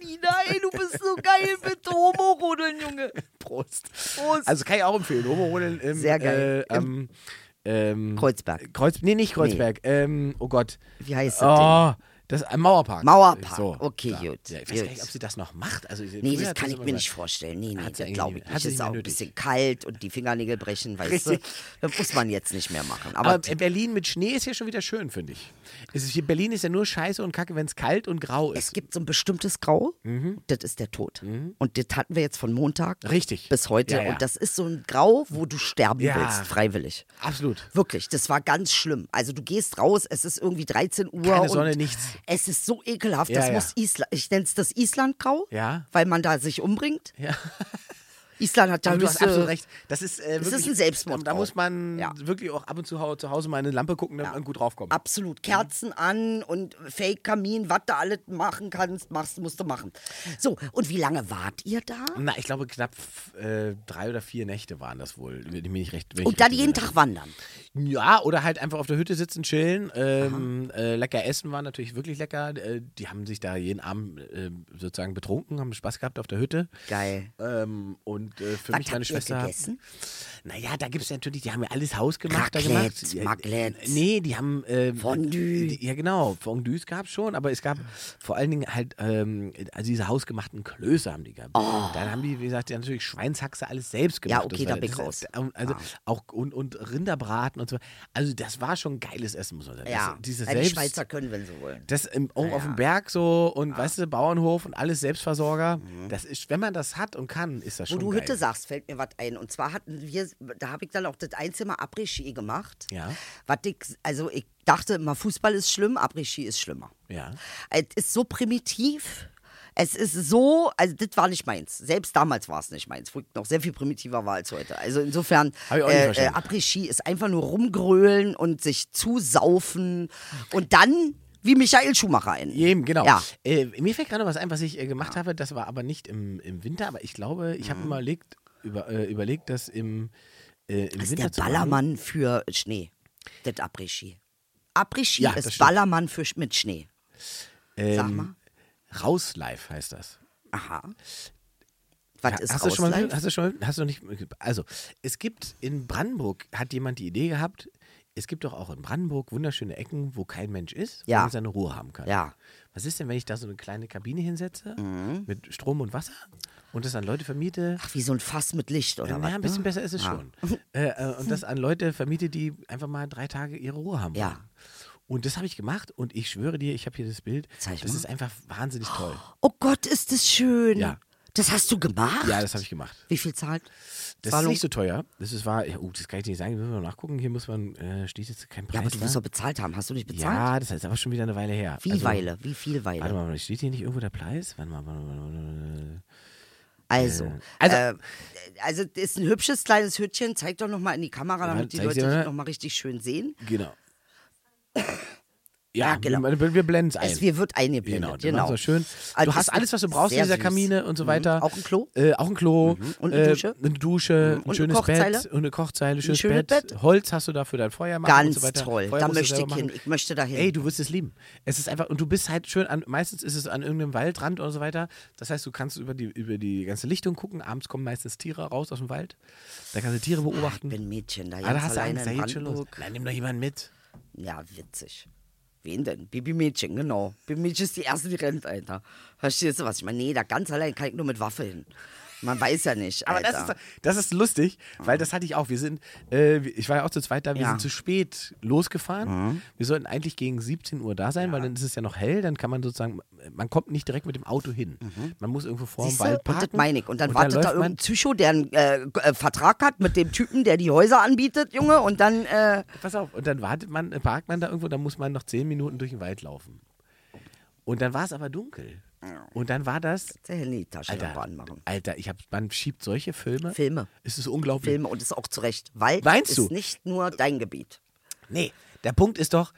D: Lina, ey, du bist so geil mit Homo-Rudeln,
B: *laughs*
D: Junge.
B: Prost.
D: *laughs* Prost.
B: Also kann ich auch empfehlen. Homo Rodeln im,
D: Sehr geil.
B: Äh, am, ähm,
D: Kreuzberg.
B: Kreuz, nee, nicht Kreuzberg. Ähm, oh Gott.
D: Wie heißt das
B: oh, Das ist ein Mauerpark.
D: Mauerpark,
B: So,
D: okay,
B: da.
D: gut,
B: Ja, ich weiß
D: gut.
B: gar nicht, ob sie das noch macht. Also,
D: Nee,
B: früher
D: das
B: hat
D: kann ich
B: immer
D: mir
B: mal-
D: nicht vorstellen. Nee, nee,
B: Hat sie
D: das
B: eigentlich
D: glaube
B: nie-
D: ich
B: hat
D: nicht.
B: sie
D: Das ist
B: nicht mehr
D: auch ein
B: nötig.
D: bisschen kalt und die Fingernägel brechen, weißt
B: Richtig.
D: du. Das muss man jetzt nicht mehr machen. Aber,
B: Aber in Berlin mit Schnee ist ja schon wieder schön, finde ich. Es ist, hier- Berlin ist ja nur scheiße und kacke, wenn es kalt und grau
D: es
B: ist.
D: gibt so ein bestimmtes Grau, das ist der Tod. Und das hatten wir jetzt von Montag
B: Mhm. Richtig.
D: bis heute.
B: Ja, ja.
D: Und das ist so ein Grau, wo du sterben
B: Ja.
D: willst, freiwillig.
B: Absolut.
D: Wirklich, das war ganz schlimm. Also du gehst raus, es ist irgendwie 13 Uhr.
B: Keine
D: und
B: Sonne, nichts.
D: Es ist so ekelhaft.
B: Ja,
D: das
B: ja.
D: muss Island, ich nenne es das Islandgrau,
B: Ja.
D: weil man da sich umbringt.
B: Ja.
D: Island hat da
B: Aber du hast
D: höchste-
B: absolut recht. Das äh, ist, äh,
D: es
B: wirklich,
D: ist ein Selbstmord
B: Da
D: auch.
B: muss man
D: Ja.
B: wirklich auch ab und zu hau- zu Hause mal in eine Lampe gucken, damit man gut draufkommt.
D: Absolut. Kerzen an und Fake-Kamin, was du alles machen kannst, machst, musst du machen. So, und wie lange wart ihr da?
B: Na, ich glaube, knapp äh, drei oder vier Nächte waren das wohl. Wenn ich mich nicht recht, wenn ich
D: Und dann
B: recht
D: jeden
B: erinnere.
D: Tag wandern.
B: Ja, oder halt einfach auf der Hütte sitzen, chillen. Ähm, äh, lecker essen war natürlich wirklich lecker. Äh, die haben sich da jeden Abend äh, sozusagen betrunken, haben Spaß gehabt auf der Hütte.
D: Geil.
B: Ähm, und äh, für
D: Was
B: mich, meine
D: habt
B: Schwester.
D: ihr gegessen?
B: Naja, da gibt es natürlich, die haben ja alles hausgemacht. da
D: Raclette,
B: gemacht. Ja,
D: Maglette.
B: Nee, die haben. ähm,
D: Fondue.
B: die- Ja, genau. Fondues gab es schon, aber es gab vor allen Dingen halt, ähm, also diese hausgemachten Klöße haben die gehabt. Dann haben die, wie gesagt, die haben natürlich Schweinshaxe alles selbst gemacht.
D: Oh. okay,
B: und so
D: da
B: weiter.
D: bin ich
B: Das-
D: raus. Ah.
B: ähm, Also auch und, und Rinderbraten und so. Also das war schon geiles Essen, muss man sagen.
D: Ja,
B: Das, dieses
D: Ja, die
B: also selbst,
D: Schweizer können, wenn sie wollen.
B: das im, oben auf dem Berg so und weißt du, Bauernhof und alles Selbstversorger. Das ist, wenn man das hat und kann, ist das
D: Mhm. Wo
B: schon.
D: du
B: geil.
D: Hütte sagst, fällt mir was ein. Und zwar hatten wir, da habe ich dann auch das Einzimmer Après-Ski gemacht.
B: Ja.
D: Was ich, also ich dachte immer, Fußball ist schlimm, Après-Ski ist schlimmer.
B: Ja.
D: Es ist so primitiv. Es ist so, also das war nicht meins. Selbst damals war es nicht meins, wo ich noch sehr viel primitiver war als heute. Also insofern,
B: Hab ich auch nicht
D: äh,
B: verstanden.
D: Après-Ski ist einfach nur rumgrölen und sich zusaufen und dann wie Michael Schumacher enden.
B: Eben, genau.
D: Ja.
B: Äh, mir fällt gerade was ein, was ich äh, gemacht habe. Das war aber nicht im, im Winter, aber ich glaube, ich
D: Mhm.
B: habe immer überlegt, über, äh, überlegt, das im, äh, im
D: Das ist
B: Winter
D: der
B: zu machen.
D: Ballermann für Schnee. Das Après-Ski. Après-Ski
B: Ja, das
D: ist
B: stimmt.
D: Ballermann für, Sch- mit Schnee.
B: Ähm,
D: Sag mal.
B: Raus live heißt das.
D: Aha. Was ist
B: hast, du schon mal,
D: Rausleif?
B: hast du schon mal, hast du noch nicht, also es gibt in Brandenburg, hat jemand die Idee gehabt, es gibt doch auch in Brandenburg wunderschöne Ecken, wo kein Mensch ist, wo
D: Ja.
B: man seine Ruhe haben kann.
D: Ja. Mhm.
B: Was ist denn, wenn ich da so eine kleine Kabine hinsetze mit Strom und Wasser und das an Leute vermiete?
D: Ach, wie so ein Fass mit Licht oder
B: Ja,
D: was?
B: ein bisschen
D: ne?
B: besser ist es
D: Ja.
B: schon. Äh, äh, und das an Leute vermietet, die einfach mal drei Tage ihre Ruhe haben.
D: Ja.
B: wollen. Und das habe ich gemacht und ich schwöre dir, ich habe hier das Bild.
D: Zeig
B: das
D: mal.
B: ist einfach wahnsinnig toll.
D: Oh Gott, ist das schön.
B: Ja.
D: Das hast du gemacht?
B: Ja, das habe ich gemacht.
D: Wie viel zahlt?
B: Das
D: Zahlung?
B: ist nicht so teuer. Das ist war, ja, uh, das kann ich dir nicht sagen, müssen wir mal nachgucken. Hier muss man, äh, steht jetzt kein
D: Ja,
B: Preis.
D: aber du musst
B: da.
D: doch bezahlt haben. Hast du nicht bezahlt?
B: ja, das ist aber schon wieder eine Weile her.
D: Wie
B: Also,
D: Weile? Wie viel
B: Warte
D: Weile?
B: mal, steht hier nicht irgendwo der Preis? Warte mal, warte mal, warte mal, warte mal.
D: Also,
B: Also-
D: also, äh, also das ist ein hübsches kleines Hütchen. Zeig doch nochmal in die Kamera,
B: Warte,
D: damit die
B: zeig sie
D: Leute
B: mal.
D: dich nochmal richtig schön sehen.
B: Genau. Ja,
D: Ja, genau.
B: wir, wir blenden es ein.
D: Es, wir wird
B: Genau,
D: eingeblendet.
B: genau.
D: Genau.
B: so schön.
D: Also
B: du hast
D: ist
B: alles, was du brauchst in
D: sehr
B: dieser
D: süß. Mhm.
B: Kamine und so weiter.
D: Auch ein Klo? Mhm.
B: Äh, auch ein Klo.
D: Und eine
B: äh,
D: Dusche? Mhm.
B: Eine Dusche,
D: Und
B: ein
D: eine
B: schönes
D: Kochzeile?
B: Bett, und eine Kochzeile, schönes,
D: schönes
B: Bett.
D: Bett.
B: Holz hast du da für dein Feuer machen und
D: Ganz
B: so weiter.
D: toll.
B: Feuer
D: da
B: musst du
D: möchte
B: selber
D: ich hin.
B: machen.
D: Ich möchte dahin.
B: Ey, du wirst es lieben. Es ist einfach, und du bist halt schön an, meistens ist es an irgendeinem Waldrand oder so weiter. Das heißt, du kannst über die, über die ganze Lichtung gucken. Abends kommen meistens Tiere raus aus dem Wald. Da kannst du Tiere
D: Ah, ich
B: beobachten.
D: bin Mädchen da.
B: Ah, da
D: Ganz
B: hast du
D: alleine
B: Angst, da
D: in
B: geht schon los.
D: Brandenburg.
B: Nein, nimm doch jemanden mit.
D: Ja, witzig. Wen denn? Babymädchen, genau. Babymädchen ist die erste, die rennt, Alter. Verstehst du was? Ich meine, nee, da ganz allein kann ich nur mit Waffe hin. Man weiß ja nicht.
B: Aber
D: Alter. Mhm.
B: das ist, das ist lustig, weil das hatte ich auch. Wir sind, äh, ich war ja auch zu zweit da, wir
D: Ja. Mhm.
B: sind zu spät losgefahren. Wir sollten eigentlich gegen 17 Uhr da sein, weil dann ist es ja noch hell, dann kann man sozusagen, man kommt nicht direkt mit dem Auto hin.
D: Mhm.
B: Man muss irgendwo vor dem
D: Siehste?
B: Wald
D: Und
B: parken.
D: das meine ich. Und dann wartet da
B: läuft man-
D: irgendein Psycho, der einen äh, äh, Vertrag hat mit dem Typen, der die Häuser anbietet, Junge. Und dann, äh,
B: Pass auf, und dann wartet man, äh, parkt man da irgendwo, dann muss man noch 10 Minuten durch den Wald laufen. Und dann war es aber dunkel. Und dann war das,
D: der Handytasche
B: Alter,
D: nochmal anmachen.
B: Alter ich hab, man schiebt solche Filme.
D: Filme.
B: Es ist unglaublich.
D: Filme und ist auch zu Recht. Wald
B: Meinst
D: ist
B: du?
D: nicht nur dein Gebiet.
B: Nee, der Punkt ist doch,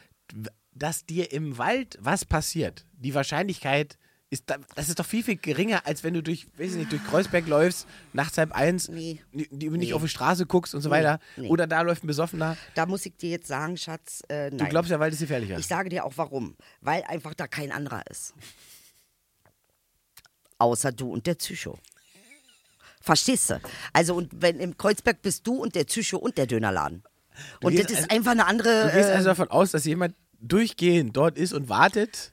B: dass dir im Wald was passiert. Die Wahrscheinlichkeit ist, da- das ist doch viel, viel geringer, als wenn du durch, weiß ich nicht, durch Kreuzberg läufst, nachts halb eins,
D: Nee.
B: ni- die- nicht auf die Straße guckst und so weiter.
D: Nee.
B: Oder da läuft ein Besoffener.
D: Da muss ich dir jetzt sagen, Schatz, äh, nein.
B: Du glaubst, der Wald ist gefährlicher.
D: Ich sage dir auch warum. Weil einfach da kein anderer ist. Außer du und der Psycho. Verstehst du? Also, und wenn im Kreuzberg bist du und der Psycho und der Dönerladen. Und
B: gehst
D: das ist
B: also-
D: einfach eine andere.
B: Du gehst
D: äh,
B: also davon aus, dass jemand durchgehend dort ist und wartet,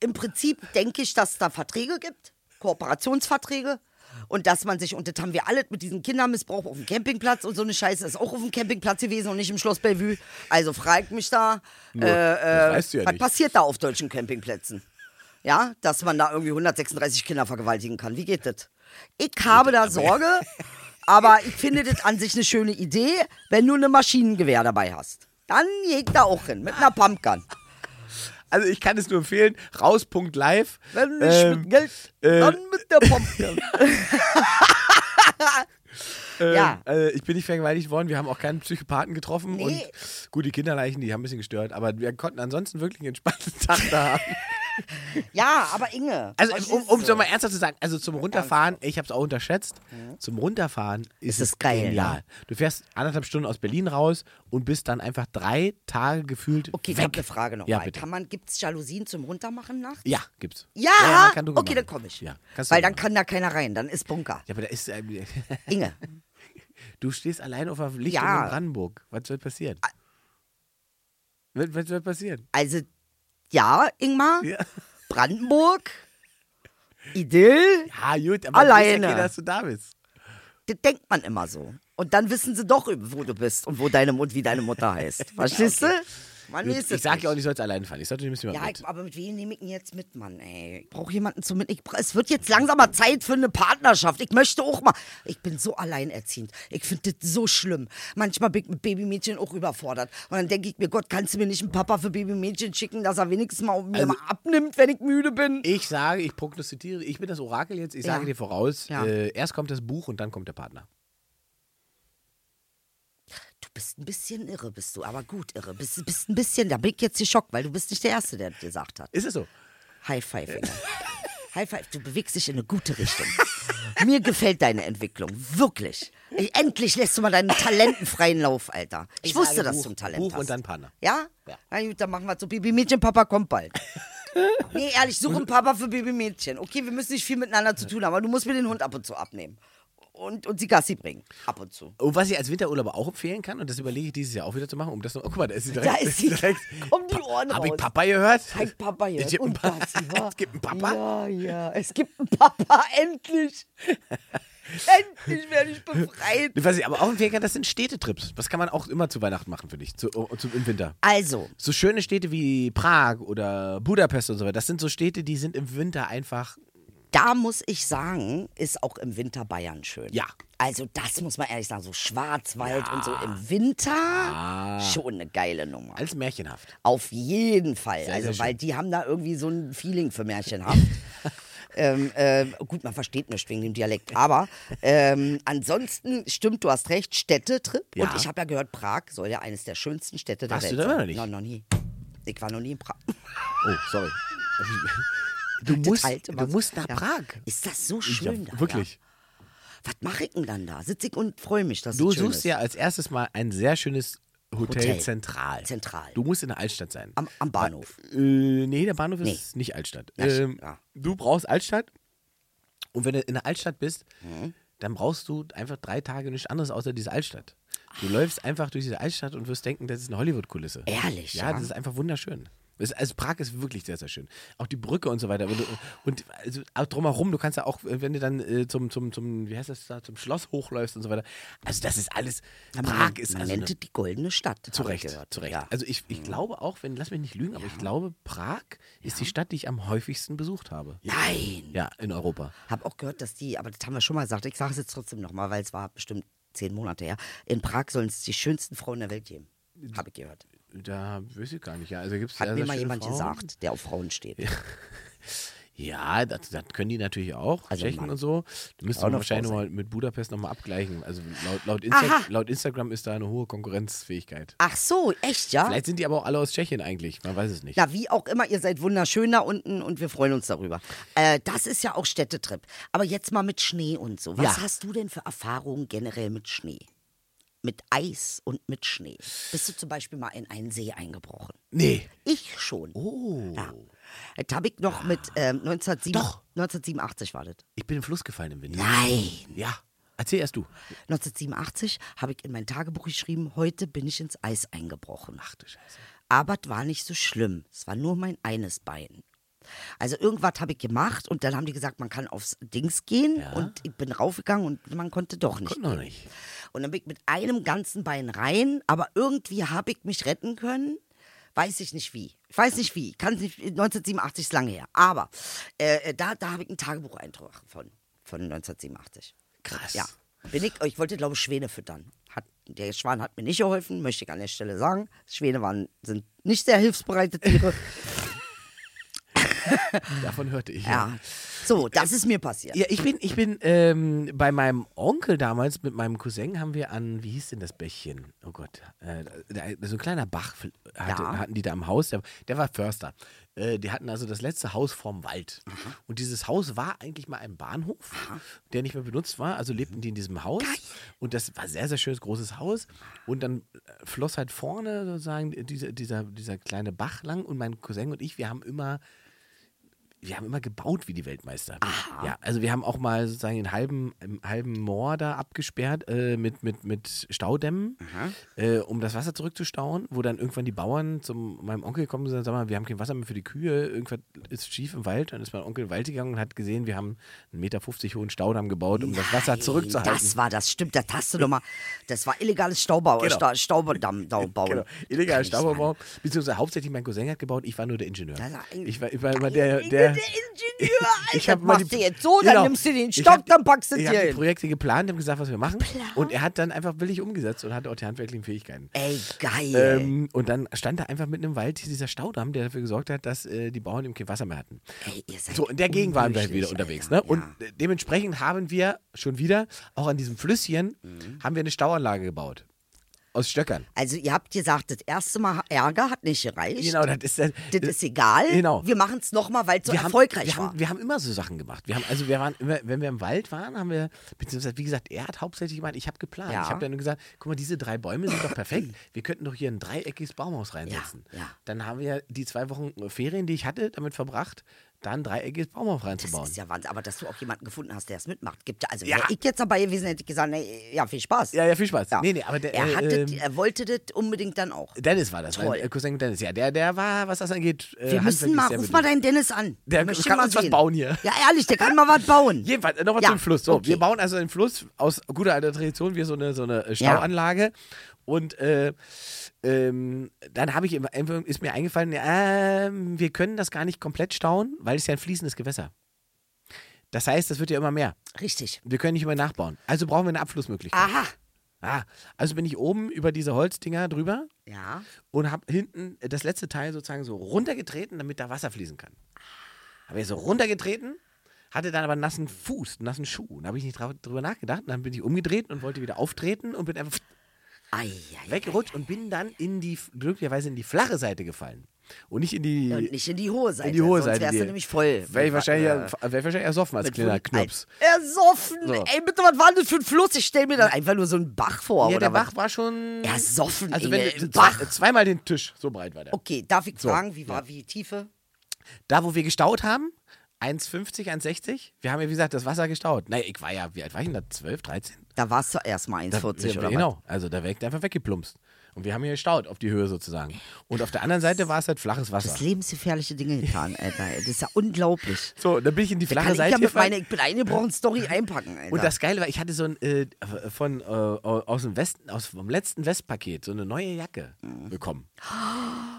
D: im Prinzip denke ich, dass es da Verträge gibt, Kooperationsverträge. Und dass man sich, und das haben wir alle mit diesem Kindermissbrauch auf dem Campingplatz und so eine Scheiße ist auch auf dem Campingplatz gewesen und nicht im Schloss Bellevue. Also fragt mich da,
B: Nur,
D: äh,
B: das
D: äh,
B: weißt du ja
D: was
B: nicht.
D: passiert da auf deutschen Campingplätzen? Ja, dass man da irgendwie 136 Kinder vergewaltigen kann. Wie geht das? Ich habe da Sorge,
B: *laughs*
D: aber ich finde das an sich eine schöne Idee, wenn du ein Maschinengewehr dabei hast. Dann geht da auch hin, mit einer Pumpgun.
B: Also ich kann es nur empfehlen, raus.live.
D: Wenn nicht
B: Ähm,
D: mit Geld,
B: äh,
D: dann mit der Pumpgun.
B: Ähm,
D: Ja.
B: äh, ich bin nicht vergewaltigt worden, wir haben auch keinen Psychopathen getroffen.
D: Nee.
B: Und gut, die Kinderleichen, die haben ein bisschen gestört, aber wir konnten ansonsten wirklich einen
D: *laughs*
B: entspannten Tag da haben.
D: ja, aber Inge.
B: Also
D: verstehst
B: um, um es
D: du?
B: mal ernsthaft zu sagen, also zum Runterfahren, ich habe es auch unterschätzt, zum Runterfahren ist
D: ist
B: es
D: geil,
B: genial. Du fährst anderthalb Stunden aus Berlin raus und bist dann einfach drei Tage gefühlt
D: Okay, ich
B: weg.
D: habe eine Frage noch.
B: Ja,
D: mal.
B: bitte.
D: Kann man, gibt's Jalousien zum Runtermachen nachts?
B: Ja, gibt's.
D: Ja,
B: man kann dunkel
D: okay,
B: machen.
D: dann komme ich.
B: Ja, kannst du
D: Weil dann
B: machen.
D: kann da keiner rein, dann
B: *laughs*
D: ist Bunker.
B: Ja, aber da ist, ähm,
D: Inge,
B: du stehst allein auf der Lichtung
D: Ja. Ah.
B: in Brandenburg. Was soll passieren? Was, was soll passieren?
D: also ja, Ingmar,
B: Ja.
D: Brandenburg, Idyll,
B: Ja, Ah, gut, aber du weißt ja
D: Alleine.
B: keiner, dass du da bist.
D: das denkt man immer so. Und dann wissen sie doch, wo du bist und wo deine Mut, wie deine
B: *laughs*
D: Mutter heißt. Verstehst du? Man
B: Gut,
D: weiß
B: ich
D: es
B: sag
D: nicht.
B: ja auch, ich soll es allein fahren. Ich sollte nicht mit
D: Ja,
B: jemandem
D: ich, aber mit wem nehme ich denn jetzt mit, Mann, ey? Ich brauche jemanden zum mit. Ich, bra- es wird jetzt langsam mal Zeit für eine Partnerschaft. Ich möchte auch mal. Ich bin so alleinerziehend. Ich finde das so schlimm. Manchmal bin ich mit Babymädchen auch überfordert. Und dann denke ich mir, Gott, kannst du mir nicht einen Papa für Babymädchen schicken, dass er wenigstens mal mir mal abnimmt, wenn ich müde bin?
B: Ich sage, ich prognostiziere, ich bin das Orakel jetzt, ich
D: Ja.
B: sage dir voraus,
D: Ja.
B: äh, erst kommt das Buch und dann kommt der Partner.
D: Du bist ein bisschen irre, bist du. Aber gut, irre. Bist, bist ein bisschen. Da bin ich jetzt geschockt, weil du bist nicht der Erste, der das gesagt hat.
B: Ist es so?
D: High five, Inge. High five, du bewegst dich in eine gute Richtung. Mir gefällt deine Entwicklung, wirklich. Ich- Endlich lässt du mal deinen Talenten freien Lauf, Alter. Ich,
B: Ich
D: wusste,
B: sage
D: dass
B: Buch,
D: du ein Talent
B: Buch
D: hast.
B: und dann Partner.
D: Ja?
B: Ja.
D: Na gut, dann machen wir so. Babymädchen, Papa kommt bald. Nee, ehrlich, suche einen Papa für Babymädchen. Okay, wir müssen nicht viel miteinander zu tun haben, aber du musst mir den Hund ab und zu abnehmen. Und, und sie Gassi bringen. Ab und zu.
B: Und was ich als Winterurlauber auch empfehlen kann, und das überlege ich dieses Jahr auch wieder zu machen, um das noch. Oh, guck mal, da ist sie direkt.
D: Da
B: *laughs*
D: ist sie.
B: direkt.
D: Kommen die Ohren
B: Hab ich
D: raus.
B: Papa gehört?
D: Ein
B: *laughs*
D: Papa hier.
B: Es gibt einen
D: Und
B: Pa-
D: Gassi,
B: *laughs*
D: wa?
B: Es gibt einen Papa?
D: Ja, ja. Es gibt einen Papa, *laughs* endlich. endlich werde ich befreit.
B: Was ich aber auch empfehlen kann, das sind Städtetrips. Was kann man auch immer zu Weihnachten machen, finde ich, zu, zu, im Winter.
D: Also,
B: So schöne Städte wie Prag oder Budapest und so weiter, das sind so Städte, die sind im Winter einfach.
D: da muss ich sagen, ist auch im Winter Bayern schön.
B: Ja.
D: Also, das muss man ehrlich sagen, so Schwarzwald und so im Winter,
B: Ah.
D: schon eine geile Nummer.
B: Alles märchenhaft.
D: Auf jeden Fall.
B: Sehr,
D: also,
B: sehr
D: weil die haben da irgendwie so ein Feeling für
B: *laughs*
D: Märchenhaft. ähm, ähm, gut, man versteht nicht wegen dem Dialekt. Aber ähm, ansonsten stimmt, du hast recht, Städtetrip.
B: Ja.
D: Und ich habe ja gehört, Prag soll ja eines der schönsten Städte der
B: Warst du
D: Welt
B: da
D: sein.
B: immer noch nicht?
D: No, noch nie. Ich war noch nie in Prag.
B: Oh,
D: *laughs*
B: sorry. Du musst,
D: alte
B: du
D: Wasser.
B: musst nach
D: halt Ja.
B: Prag.
D: Ist das so schön da?
B: wirklich.
D: Ja? Was mache ich denn dann da? Sitze ich und freue mich, dass
B: Du
D: es schön
B: suchst
D: ist.
B: ja als erstes mal ein sehr schönes Hotel,
D: Hotel.
B: zentral.
D: Zentral.
B: Du musst in der Altstadt sein.
D: am, am Bahnhof.
B: äh, nee, der Bahnhof ist nicht Altstadt.
D: Ja, sch-
B: Ähm,
D: ja.
B: Du brauchst Altstadt. Und wenn du in der Altstadt bist,
D: Mhm.
B: dann brauchst du einfach drei Tage nichts anderes außer diese Altstadt. Du läufst einfach durch diese Altstadt und wirst denken, das ist eine Hollywood-Kulisse.
D: Ehrlich,
B: Ja,
D: ja?
B: das ist einfach wunderschön. Es- Also Prag ist wirklich sehr, sehr schön. Auch die Brücke und so weiter. Wenn du, und also auch drumherum, du kannst ja auch, äh, wenn du dann äh, zum, zum, zum, wie heißt das da, zum Schloss hochläufst und so weiter. Also das ist alles, Prag ist
D: man
B: also eine
D: nennt es die goldene Stadt.
B: zu
D: habe ich
B: Recht,
D: gehört.
B: zu Recht.
D: Ja. Mhm.
B: Also ich, ich glaube auch, wenn, lass mich nicht lügen, aber ich glaube, Prag ist die Stadt, die ich am häufigsten besucht habe.
D: Nein.
B: Ja, in Europa.
D: Habe auch gehört, dass die, aber das haben wir schon mal gesagt, ich sage es jetzt trotzdem nochmal, weil es war bestimmt zehn Monate her, in Prag sollen es die schönsten Frauen der Welt geben. Habe ich gehört.
B: Da wüsste ich gar nicht. Ja, also gibt's
D: Hat
B: sehr,
D: mir
B: sehr
D: mal
B: schöne
D: jemand
B: Frauen.
D: gesagt, der auf Frauen steht.
B: Ja, das, das können die natürlich auch,
D: Also
B: Tschechen
D: Mann.
B: und so. Da müsste
D: Auch
B: man
D: noch
B: wahrscheinlich
D: Frau
B: mal mit Budapest nochmal abgleichen. Also laut, laut, Insta
D: Aha.
B: laut Instagram ist da eine hohe Konkurrenzfähigkeit.
D: Ach so, echt, ja?
B: Vielleicht sind die aber auch alle aus Tschechien eigentlich. Man weiß es nicht.
D: Na, wie auch immer, ihr seid wunderschön da unten und wir freuen uns darüber. Äh, das ist ja auch Städtetrip. Aber jetzt mal mit Schnee und so. Was
B: Ja.
D: hast du denn für Erfahrungen generell mit Schnee? Mit Eis und mit Schnee. Bist du zum Beispiel mal in einen See eingebrochen?
B: Nee.
D: Ich schon. Oh. Ja. Das habe ich noch mit ähm, 1987
B: Doch.
D: 1987 war das.
B: Ich bin im Fluss gefallen im Winter.
D: Nein.
B: Ja. Erzähl erst du.
D: 1987 habe ich in mein Tagebuch geschrieben, heute bin ich ins Eis eingebrochen.
B: Ach du Scheiße.
D: Aber es war nicht so schlimm. Es war nur mein eines Bein. Also irgendwas habe ich gemacht und dann haben die gesagt, man kann aufs Dings gehen und ich bin raufgegangen und man konnte doch nicht.
B: Konnte noch nicht.
D: Und dann bin ich mit einem ganzen Bein rein, aber irgendwie habe ich mich retten können. Weiß ich nicht wie. Ich weiß nicht wie. Kann nicht, 1987 ist lange her. Aber äh, da, da habe ich einen Tagebucheintrag von, von 1987.
B: Krass.
D: Ja. Bin ich, ich wollte, glaube ich, Schwäne füttern. Hat, der Schwan hat mir nicht geholfen, möchte ich an der Stelle sagen. Schwäne waren, sind nicht sehr
B: *laughs*
D: hilfsbereite Tiere.
B: Davon hörte ich.
D: ja. So, das ist mir passiert.
B: Ja, ich bin, ich bin ähm, bei meinem Onkel damals mit meinem Cousin haben wir an, wie hieß denn das Bächchen? Oh Gott, äh, da, da- so ein kleiner Bach fl- hatte,
D: Ja.
B: hatten die da im Haus, der, der war Förster. Äh, die hatten also das letzte Haus vorm Wald.
D: Mhm.
B: Und dieses Haus war eigentlich mal ein Bahnhof, der nicht mehr benutzt war, also
D: Mhm.
B: lebten die in diesem Haus. Und das war sehr, sehr schönes, großes Haus. Und dann äh, floss halt vorne sozusagen dieser, dieser, dieser kleine Bach lang und mein Cousin und ich, wir haben immer wir haben immer gebaut wie die Weltmeister. Ja, also wir haben auch mal sozusagen den halben, im halben Moor da abgesperrt äh, mit, mit, mit Staudämmen, äh, um das Wasser zurückzustauen, wo dann irgendwann die Bauern zu meinem Onkel gekommen sind und sagen, sag mal, wir haben kein Wasser mehr für die Kühe, irgendwas ist schief im Wald. Dann ist mein Onkel in den Wald gegangen und hat gesehen, wir haben einen Meter 50 hohen Staudamm gebaut, um das Wasser zurückzuhalten.
D: Das war das, stimmt, das hast du doch mal. Das war illegales Staubau,
B: Genau.
D: Sta, Stauberdamm, Daubau.
B: *laughs* Genau. Illegaler Staubbau, beziehungsweise hauptsächlich mein Cousin hat gebaut, ich war nur der Ingenieur.
D: Das ist ein-
B: Ich war, ich war immer
D: ein
B: der,
D: Inge-
B: der,
D: der Ingenieur,
B: *laughs* ich
D: Alter,
B: hab mal Genau.
D: machst du jetzt so, dann nimmst du den
B: Ich
D: Stock,
B: hab-
D: dann packst du
B: ich
D: ihn
B: hab
D: dir
B: die
D: hin.
B: Projekte geplant, hab gesagt, was wir machen. Und er hat dann einfach billig umgesetzt und hatte auch die handwerklichen Fähigkeiten.
D: Ey, geil.
B: Ähm, und dann stand da einfach mitten im Wald dieser Staudamm, der dafür gesorgt hat, dass äh, die Bauern eben kein Wasser mehr hatten.
D: Ey, ihr seid
B: So, in der Gegend waren wir
D: unglücklich,
B: wieder unterwegs. Ne?
D: Alter.
B: Und
D: Ja.
B: äh, dementsprechend haben wir schon wieder, auch an diesem Flüsschen,
D: Mhm.
B: haben wir eine Stauanlage gebaut. Aus Stöckern.
D: Also ihr habt gesagt, das erste Mal Ärger hat nicht gereicht.
B: Genau, das ist das.
D: Das ist egal.
B: Genau.
D: Wir machen es nochmal, weil es so
B: wir haben,
D: erfolgreich
B: wir
D: war.
B: Haben, wir haben immer so Sachen gemacht. Wir haben, also wir waren immer, wenn wir im Wald waren, haben wir, beziehungsweise wie gesagt, er hat hauptsächlich gemacht, ich habe geplant.
D: Ja.
B: Ich habe dann gesagt, guck mal, diese drei Bäume sind doch perfekt. Wir könnten doch hier ein dreieckiges Baumhaus reinsetzen.
D: Ja, ja.
B: Dann haben wir die zwei Wochen äh, Ferien, die ich hatte, damit verbracht, da ein dreieckiges Baumhaus
D: das
B: reinzubauen.
D: ist ja Wahnsinn. Aber dass du auch jemanden gefunden hast, der es mitmacht, gibt ja. Also
B: Ja.
D: wäre ich jetzt dabei gewesen, hätte ich gesagt, nee, ja, viel Spaß.
B: Ja, ja, viel Spaß. Nee, nee, aber der,
D: er,
B: äh,
D: hatte,
B: ähm,
D: er wollte das unbedingt dann auch.
B: Dennis war das,
D: Toll.
B: mein äh, Cousin Dennis. Ja, der, der war, was das angeht, äh,
D: Wir müssen
B: handwerklich
D: mal,
B: sehr
D: ruf
B: bedient.
D: mal deinen Dennis an.
B: Der
D: Ich möchte
B: kann
D: ihn mal
B: uns was
D: sehen.
B: bauen hier.
D: Ja, ehrlich, der kann mal was bauen.
B: *laughs* Jedenfalls, äh, nochmal
D: Ja,
B: zum Fluss. So,
D: okay.
B: wir bauen also den Fluss aus guter alter Tradition, wir so eine, so eine äh, Stauanlage. Und äh, ähm, dann habe ich im- einfach- ist mir eingefallen, ähm, wir können das gar nicht komplett stauen, weil es ja ein fließendes Gewässer. Das heißt, das wird ja immer mehr.
D: Richtig.
B: Wir können nicht immer nachbauen. Also brauchen wir eine Abflussmöglichkeit.
D: Aha.
B: Ah, also bin ich oben über diese Holzdinger drüber
D: Ja.
B: und habe hinten das letzte Teil sozusagen so runtergetreten, damit da Wasser fließen kann. Habe ich so runtergetreten, hatte dann aber einen nassen Fuß, einen nassen Schuh. Da habe ich nicht drau- drüber nachgedacht. Und dann bin ich umgedreht und wollte wieder auftreten und bin einfach
D: Ei, ei,
B: weggerutscht und bin dann in die, glücklicherweise in die flache Seite gefallen. Und nicht in die,
D: Und nicht in die hohe Seite.
B: in die hohe
D: Sonst
B: Seite.
D: wärst du nämlich voll.
B: Wäre ich wahrscheinlich,
D: Äh,
B: wär ich wahrscheinlich ersoffen als kleiner Knirps.
D: Ersoffen.
B: So.
D: Ey, bitte, was war denn das für ein Fluss? Ich stell mir da einfach nur so einen Bach vor.
B: Ja,
D: oder
B: der
D: was?
B: Bach war schon.
D: Ersoffen,
B: Also, wenn
D: Inge,
B: du
D: ein Bach.
B: zwei, zweimal den Tisch, so breit war der.
D: Okay, darf ich
B: So,
D: fragen, wie war, wie die Tiefe?
B: Da, wo wir gestaut haben, 1,50, 1,60. Wir haben ja, wie gesagt, das Wasser gestaut. Naja, ich war ja, wie alt war ich denn da? 12, 13?
D: Da warst du erst mal
B: Da-
D: 1,40
B: ja,
D: oder was?
B: Genau, also da weg, einfach weggeplumpst. Und wir haben hier gestaut, auf die Höhe sozusagen. Und auf der anderen Seite war es halt flaches
D: Das
B: Wasser.
D: lebensgefährliche
B: *laughs*
D: Dinge getan, Alter. Das ist ja unglaublich.
B: So, dann bin ich in die
D: Kann
B: flache
D: ich ja
B: Seite
D: mit
B: gefallen.
D: meiner Ich bin
B: *laughs*
D: eingebrochen Story einpacken, Alter.
B: Und das Geile war, ich hatte so ein, äh, von, äh, aus dem Westen, aus, vom letzten Westpaket, so eine neue Jacke bekommen.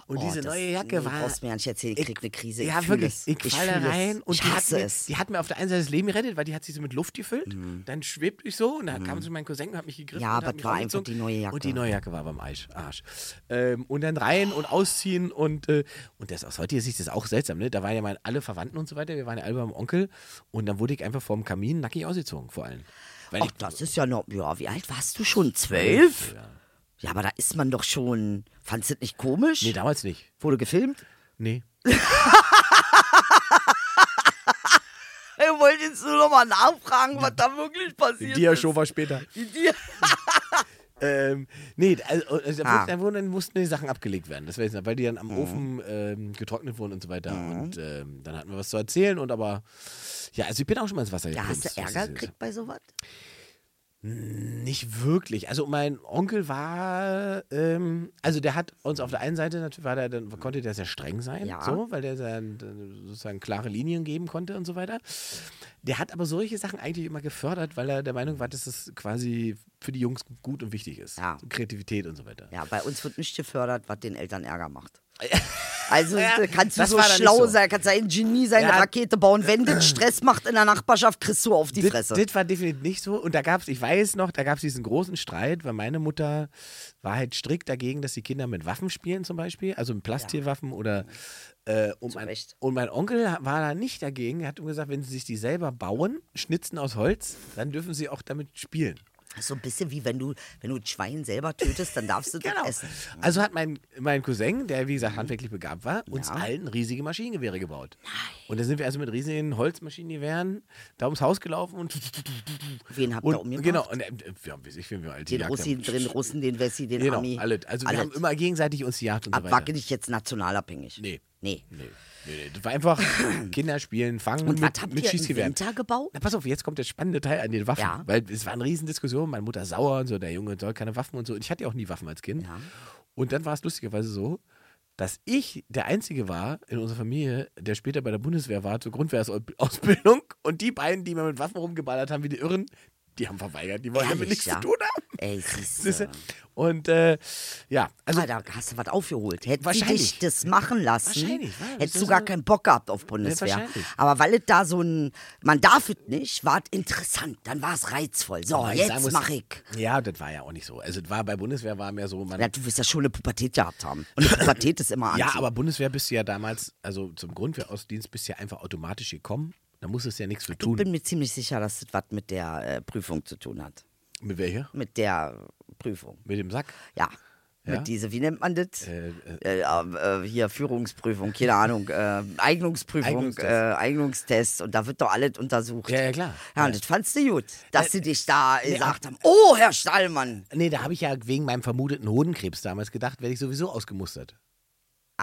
B: Und
D: Mhm. Oh,
B: diese
D: das-
B: neue Jacke
D: nee,
B: war.
D: brauchst mir ja nicht erzählen, ich krieg eine Krise, ich
B: ja,
D: fühl
B: wirklich.
D: es.
B: Ich
D: Ich
B: falle
D: fühl es.
B: rein und
D: Ich
B: die hat,
D: hasse
B: mir,
D: es. Mhm.
B: die hat mir auf der einen Seite das Leben gerettet, weil die hat sich so mit Luft gefüllt. Dann schwebte ich so und dann kam so mein Cousin und hat mich gegriffen.
D: Ja,
B: und
D: aber
B: hat
D: es
B: mich
D: war einfach
B: umgezogen.
D: die neue Jacke.
B: Und die neue Jacke war beim Arsch. Arsch. Ähm, und dann rein und ausziehen und, äh, und das aus heutiger Sicht ist auch seltsam, ne? Da waren ja mal alle Verwandten und so weiter, wir waren ja alle beim Onkel und dann wurde ich einfach vorm Kamin nackig ausgezogen, vor allem. Weil
D: Ach,
B: ich
D: das ist ja noch. Ja, wie alt warst du schon? Zwölf? Ja, aber da ist man doch schon. Fandst du das nicht komisch?
B: Nee, damals nicht.
D: Wurde gefilmt?
B: Nee.
D: Ich wollte jetzt nur noch mal nachfragen, was da wirklich passiert
B: Die
D: ist.
B: Show war später.
D: Die Dia-
B: *laughs* Ähm, nee, also, also,
D: Ah. Mhm.
B: dann, wurden, dann mussten die Sachen abgelegt werden, das weiß ich noch, weil die dann am Ofen ähm, getrocknet wurden und so weiter. Und ähm, dann hatten wir was zu erzählen und aber, ja, also ich bin auch schon mal ins Wasser
D: Da
B: gekommen.
D: hast du Ärger gekriegt bei sowas?
B: Nicht wirklich. Also mein Onkel war, ähm, also der hat uns auf der einen Seite natürlich, war der, dann konnte der sehr streng sein,
D: Ja.
B: so, weil der dann äh, sozusagen klare Linien geben konnte und so weiter. Der hat aber solche Sachen eigentlich immer gefördert, weil er der Meinung war, dass es quasi für die Jungs gut und wichtig ist.
D: Ja.
B: Kreativität und so weiter.
D: Ja, bei uns wird nicht gefördert, was den Eltern
B: *laughs*
D: Ärger macht. Also äh, kannst du
B: das
D: so
B: war dann nicht
D: schlau
B: so.
D: sein, kannst du ein Genie sein,
B: Ja.
D: eine Rakete bauen.
B: *clears throat*
D: Wenn das Stress macht in der Nachbarschaft, kriegst du auf die
B: Das-
D: Fresse.
B: Das war definitiv nicht so. Und da gab es, ich weiß noch, da gab es diesen großen Streit, weil meine Mutter war halt strikt dagegen, dass die Kinder mit Waffen spielen zum Beispiel, also mit Plastierwaffen oder äh, und, mein,
D: Recht.
B: und mein Onkel war da nicht dagegen. Er hat ihm gesagt, wenn sie sich die selber bauen, schnitzen aus Holz, dann dürfen sie auch damit spielen.
D: so ein bisschen wie wenn du, wenn du ein Schwein selber tötest,
B: *laughs*
D: dann darfst du das essen. Mhm.
B: Also hat mein, mein Cousin, der wie gesagt handwerklich begabt war, uns allen riesige Maschinengewehre gebaut. Nein. Und da sind wir also mit riesigen Holzmaschinengewehren da ums Haus gelaufen und
D: Wen habt
B: und,
D: ihr umgebracht?
B: Genau, und äh, wir haben, weiß ich, wen wir all die
D: um Den
B: gejagt
D: Russi,
B: haben.
D: den Russen, den Wessi, den
B: Genau,
D: Ami.
B: alle. Also
D: Alle.
B: wir haben immer gegenseitig uns gejagt und so weiter.
D: Abwacke dich jetzt nationalabhängig.
B: Nee.
D: Nee.
B: Nee, nee, nee. Das war einfach
D: *clears throat*
B: Kinder spielen, fangen
D: Und
B: mit,
D: was habt
B: mit
D: ihr im
B: Schießgewehren.
D: Winter gebaut?
B: *laughs* Na, pass auf, jetzt kommt der spannende Teil an den Waffen.
D: Ja.
B: Weil es war eine Riesendiskussion, meine Mutter sauer und so, der Junge soll keine Waffen und so. Und ich hatte ja auch nie Waffen als Kind. Und dann war es lustigerweise so, dass ich der Einzige war in unserer Familie, der später bei der Bundeswehr war, zur Grundwehrausbildung. Und die beiden, die mir mit Waffen rumgeballert haben, wie die Irren, die haben verweigert. Die wollten damit
D: Ehrlich,
B: nichts
D: ja?
B: zu tun haben.
D: Ey,
B: Siehste?
D: siehste.
B: Und äh, ja, also
D: Ah, da hast du was aufgeholt. Hätten sie
B: Wahrscheinlich.
D: dich das machen lassen,
B: Wahrscheinlich, ja, das
D: hättest du
B: ist
D: gar
B: eine-
D: keinen Bock gehabt auf Bundeswehr.
B: wahrscheinlich.
D: Aber weil es da so ein, man darf es nicht, war es interessant, dann war es reizvoll. So,
B: Wobei oh, ich sagen
D: Ah, jetzt
B: muss,
D: mach ich.
B: Ja, das war ja auch nicht so. Also das war bei Bundeswehr war mehr so, man.
D: Ja, du wirst ja schon eine Pubertät gehabt haben.
B: *laughs*
D: Und eine Pubertät ist immer
B: ja,
D: anziehend.
B: aber Bundeswehr bist du ja damals, also zum Grundwehrausdienst bist du ja einfach automatisch gekommen. Da musstest du ja nichts für
D: Ich
B: tun.
D: bin mir ziemlich sicher, dass das was mit der äh, Prüfung zu tun hat.
B: Mit wer hier?
D: Mit der Prüfung.
B: Mit dem Sack?
D: Ja.
B: Ja?
D: Mit diese, wie nennt man das? Äh, äh, äh, hier Führungsprüfung, keine Ahnung, äh, Eignungsprüfung,
B: Eignungstest.
D: Äh, Eignungstest und da wird doch alles untersucht.
B: Ja, ja, Äh, klar.
D: Ja, und das fandst du gut, dass sie dich da gesagt haben, oh, Herr Stallmann.
B: Nee, da habe ich ja wegen meinem vermuteten Hodenkrebs damals gedacht, werde ich sowieso ausgemustert.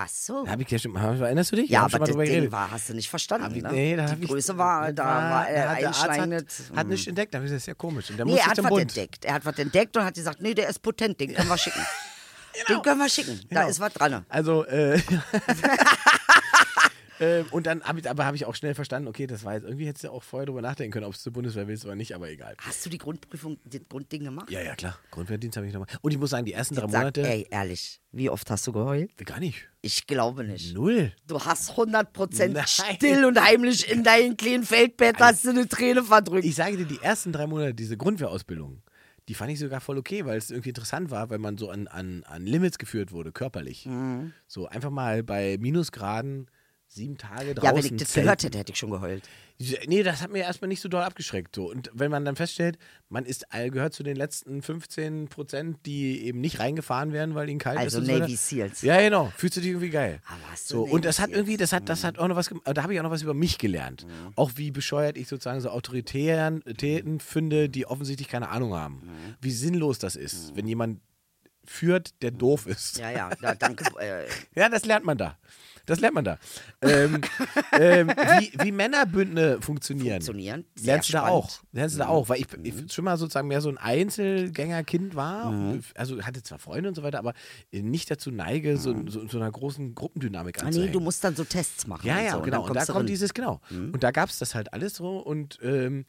D: Ach so.
B: Da habe ich ja schon, erinnerst du dich?
D: ja,
B: hab schon
D: aber das
B: drüber
D: Ding
B: geredet.
D: war, hast du nicht verstanden,
B: Hab ich-
D: ne?
B: nee, da hab
D: Die
B: ich-
D: Größe war, da war äh, Mhm.
B: da hat der Arzt
D: einschneidet.
B: Hat, hat nichts entdeckt, da habe ich gesagt, das ist ja komisch. Und dann
D: Nee,
B: musste
D: er
B: ich
D: hat
B: zum
D: was
B: Bund.
D: entdeckt. Er hat was entdeckt und hat gesagt, nee, der ist potent, den können
B: *laughs*
D: wir schicken. Den können wir schicken, da
B: Genau.
D: ist was dran.
B: Also, äh, *laughs* äh, und dann habe ich, aber habe ich auch schnell verstanden, okay, das war jetzt, irgendwie hättest du auch vorher drüber nachdenken können, ob es zur Bundeswehr willst oder nicht, aber egal.
D: Hast du die Grundprüfung, das Grundding gemacht?
B: Ja, ja, klar. Grundwehrdienst habe ich nochmal. Und ich muss sagen, die ersten drei
D: Sag,
B: Monate,
D: ey, ehrlich, wie oft hast du geheult?
B: gar nicht.
D: Ich glaube nicht.
B: Null.
D: Du hast 100%
B: Nein.
D: still und heimlich in deinem kleinen Feldbett hast du eine Träne verdrückt.
B: Ich sage dir, die ersten drei Monate, diese Grundwehrausbildung, die fand ich sogar voll okay, weil es irgendwie interessant war, weil man so an, an, an Limits geführt wurde, körperlich.
D: Mhm.
B: So einfach mal bei Minusgraden sieben Tage draußen.
D: ja, wenn ich das
B: zelten.
D: gehört hätte, hätte ich schon geheult.
B: Nee, das hat mir erstmal nicht so doll abgeschreckt. So. Und wenn man dann feststellt, man ist, all- gehört zu den letzten 15 Prozent, die eben nicht reingefahren werden, weil ihnen kalt ist.
D: Also
B: und so weiter.
D: Navy Seals.
B: Ja, genau. Fühlst du dich irgendwie geil.
D: Aber hast du
B: so.
D: Navy
B: Und das hat
D: Seals? Mhm.
B: irgendwie, das hat, das hat auch noch was, gem- da habe ich auch noch was über mich gelernt. Auch wie bescheuert ich sozusagen so autoritären Täten finde, die offensichtlich keine Ahnung haben.
D: Mhm.
B: Wie sinnlos das ist, wenn jemand führt, der doof ist.
D: Ja, ja, da, danke.
B: *laughs*
D: Äh,
B: Ja, das lernt man da. Das lernt man da.
D: *laughs*
B: Ähm, ähm, wie, wie Männerbünde funktionieren.
D: Funktionieren. Sehr
B: Lernst du da
D: spannend. Mhm.
B: auch. Lernst du da auch. Weil ich, ich schon mal sozusagen mehr so ein Einzelgängerkind war.
D: Mhm.
B: Also hatte zwar Freunde und so weiter, aber nicht dazu neige, so, so, so einer großen Gruppendynamik
D: Mhm. ah, nee,
B: anzuhängen.
D: du musst dann so Tests machen.
B: ja,
D: und
B: ja,
D: so, und
B: genau.
D: dann
B: Und da
D: kommst du Mhm.
B: kommt
D: ran.
B: dieses, genau. Und da gab es das halt alles so. Und ähm,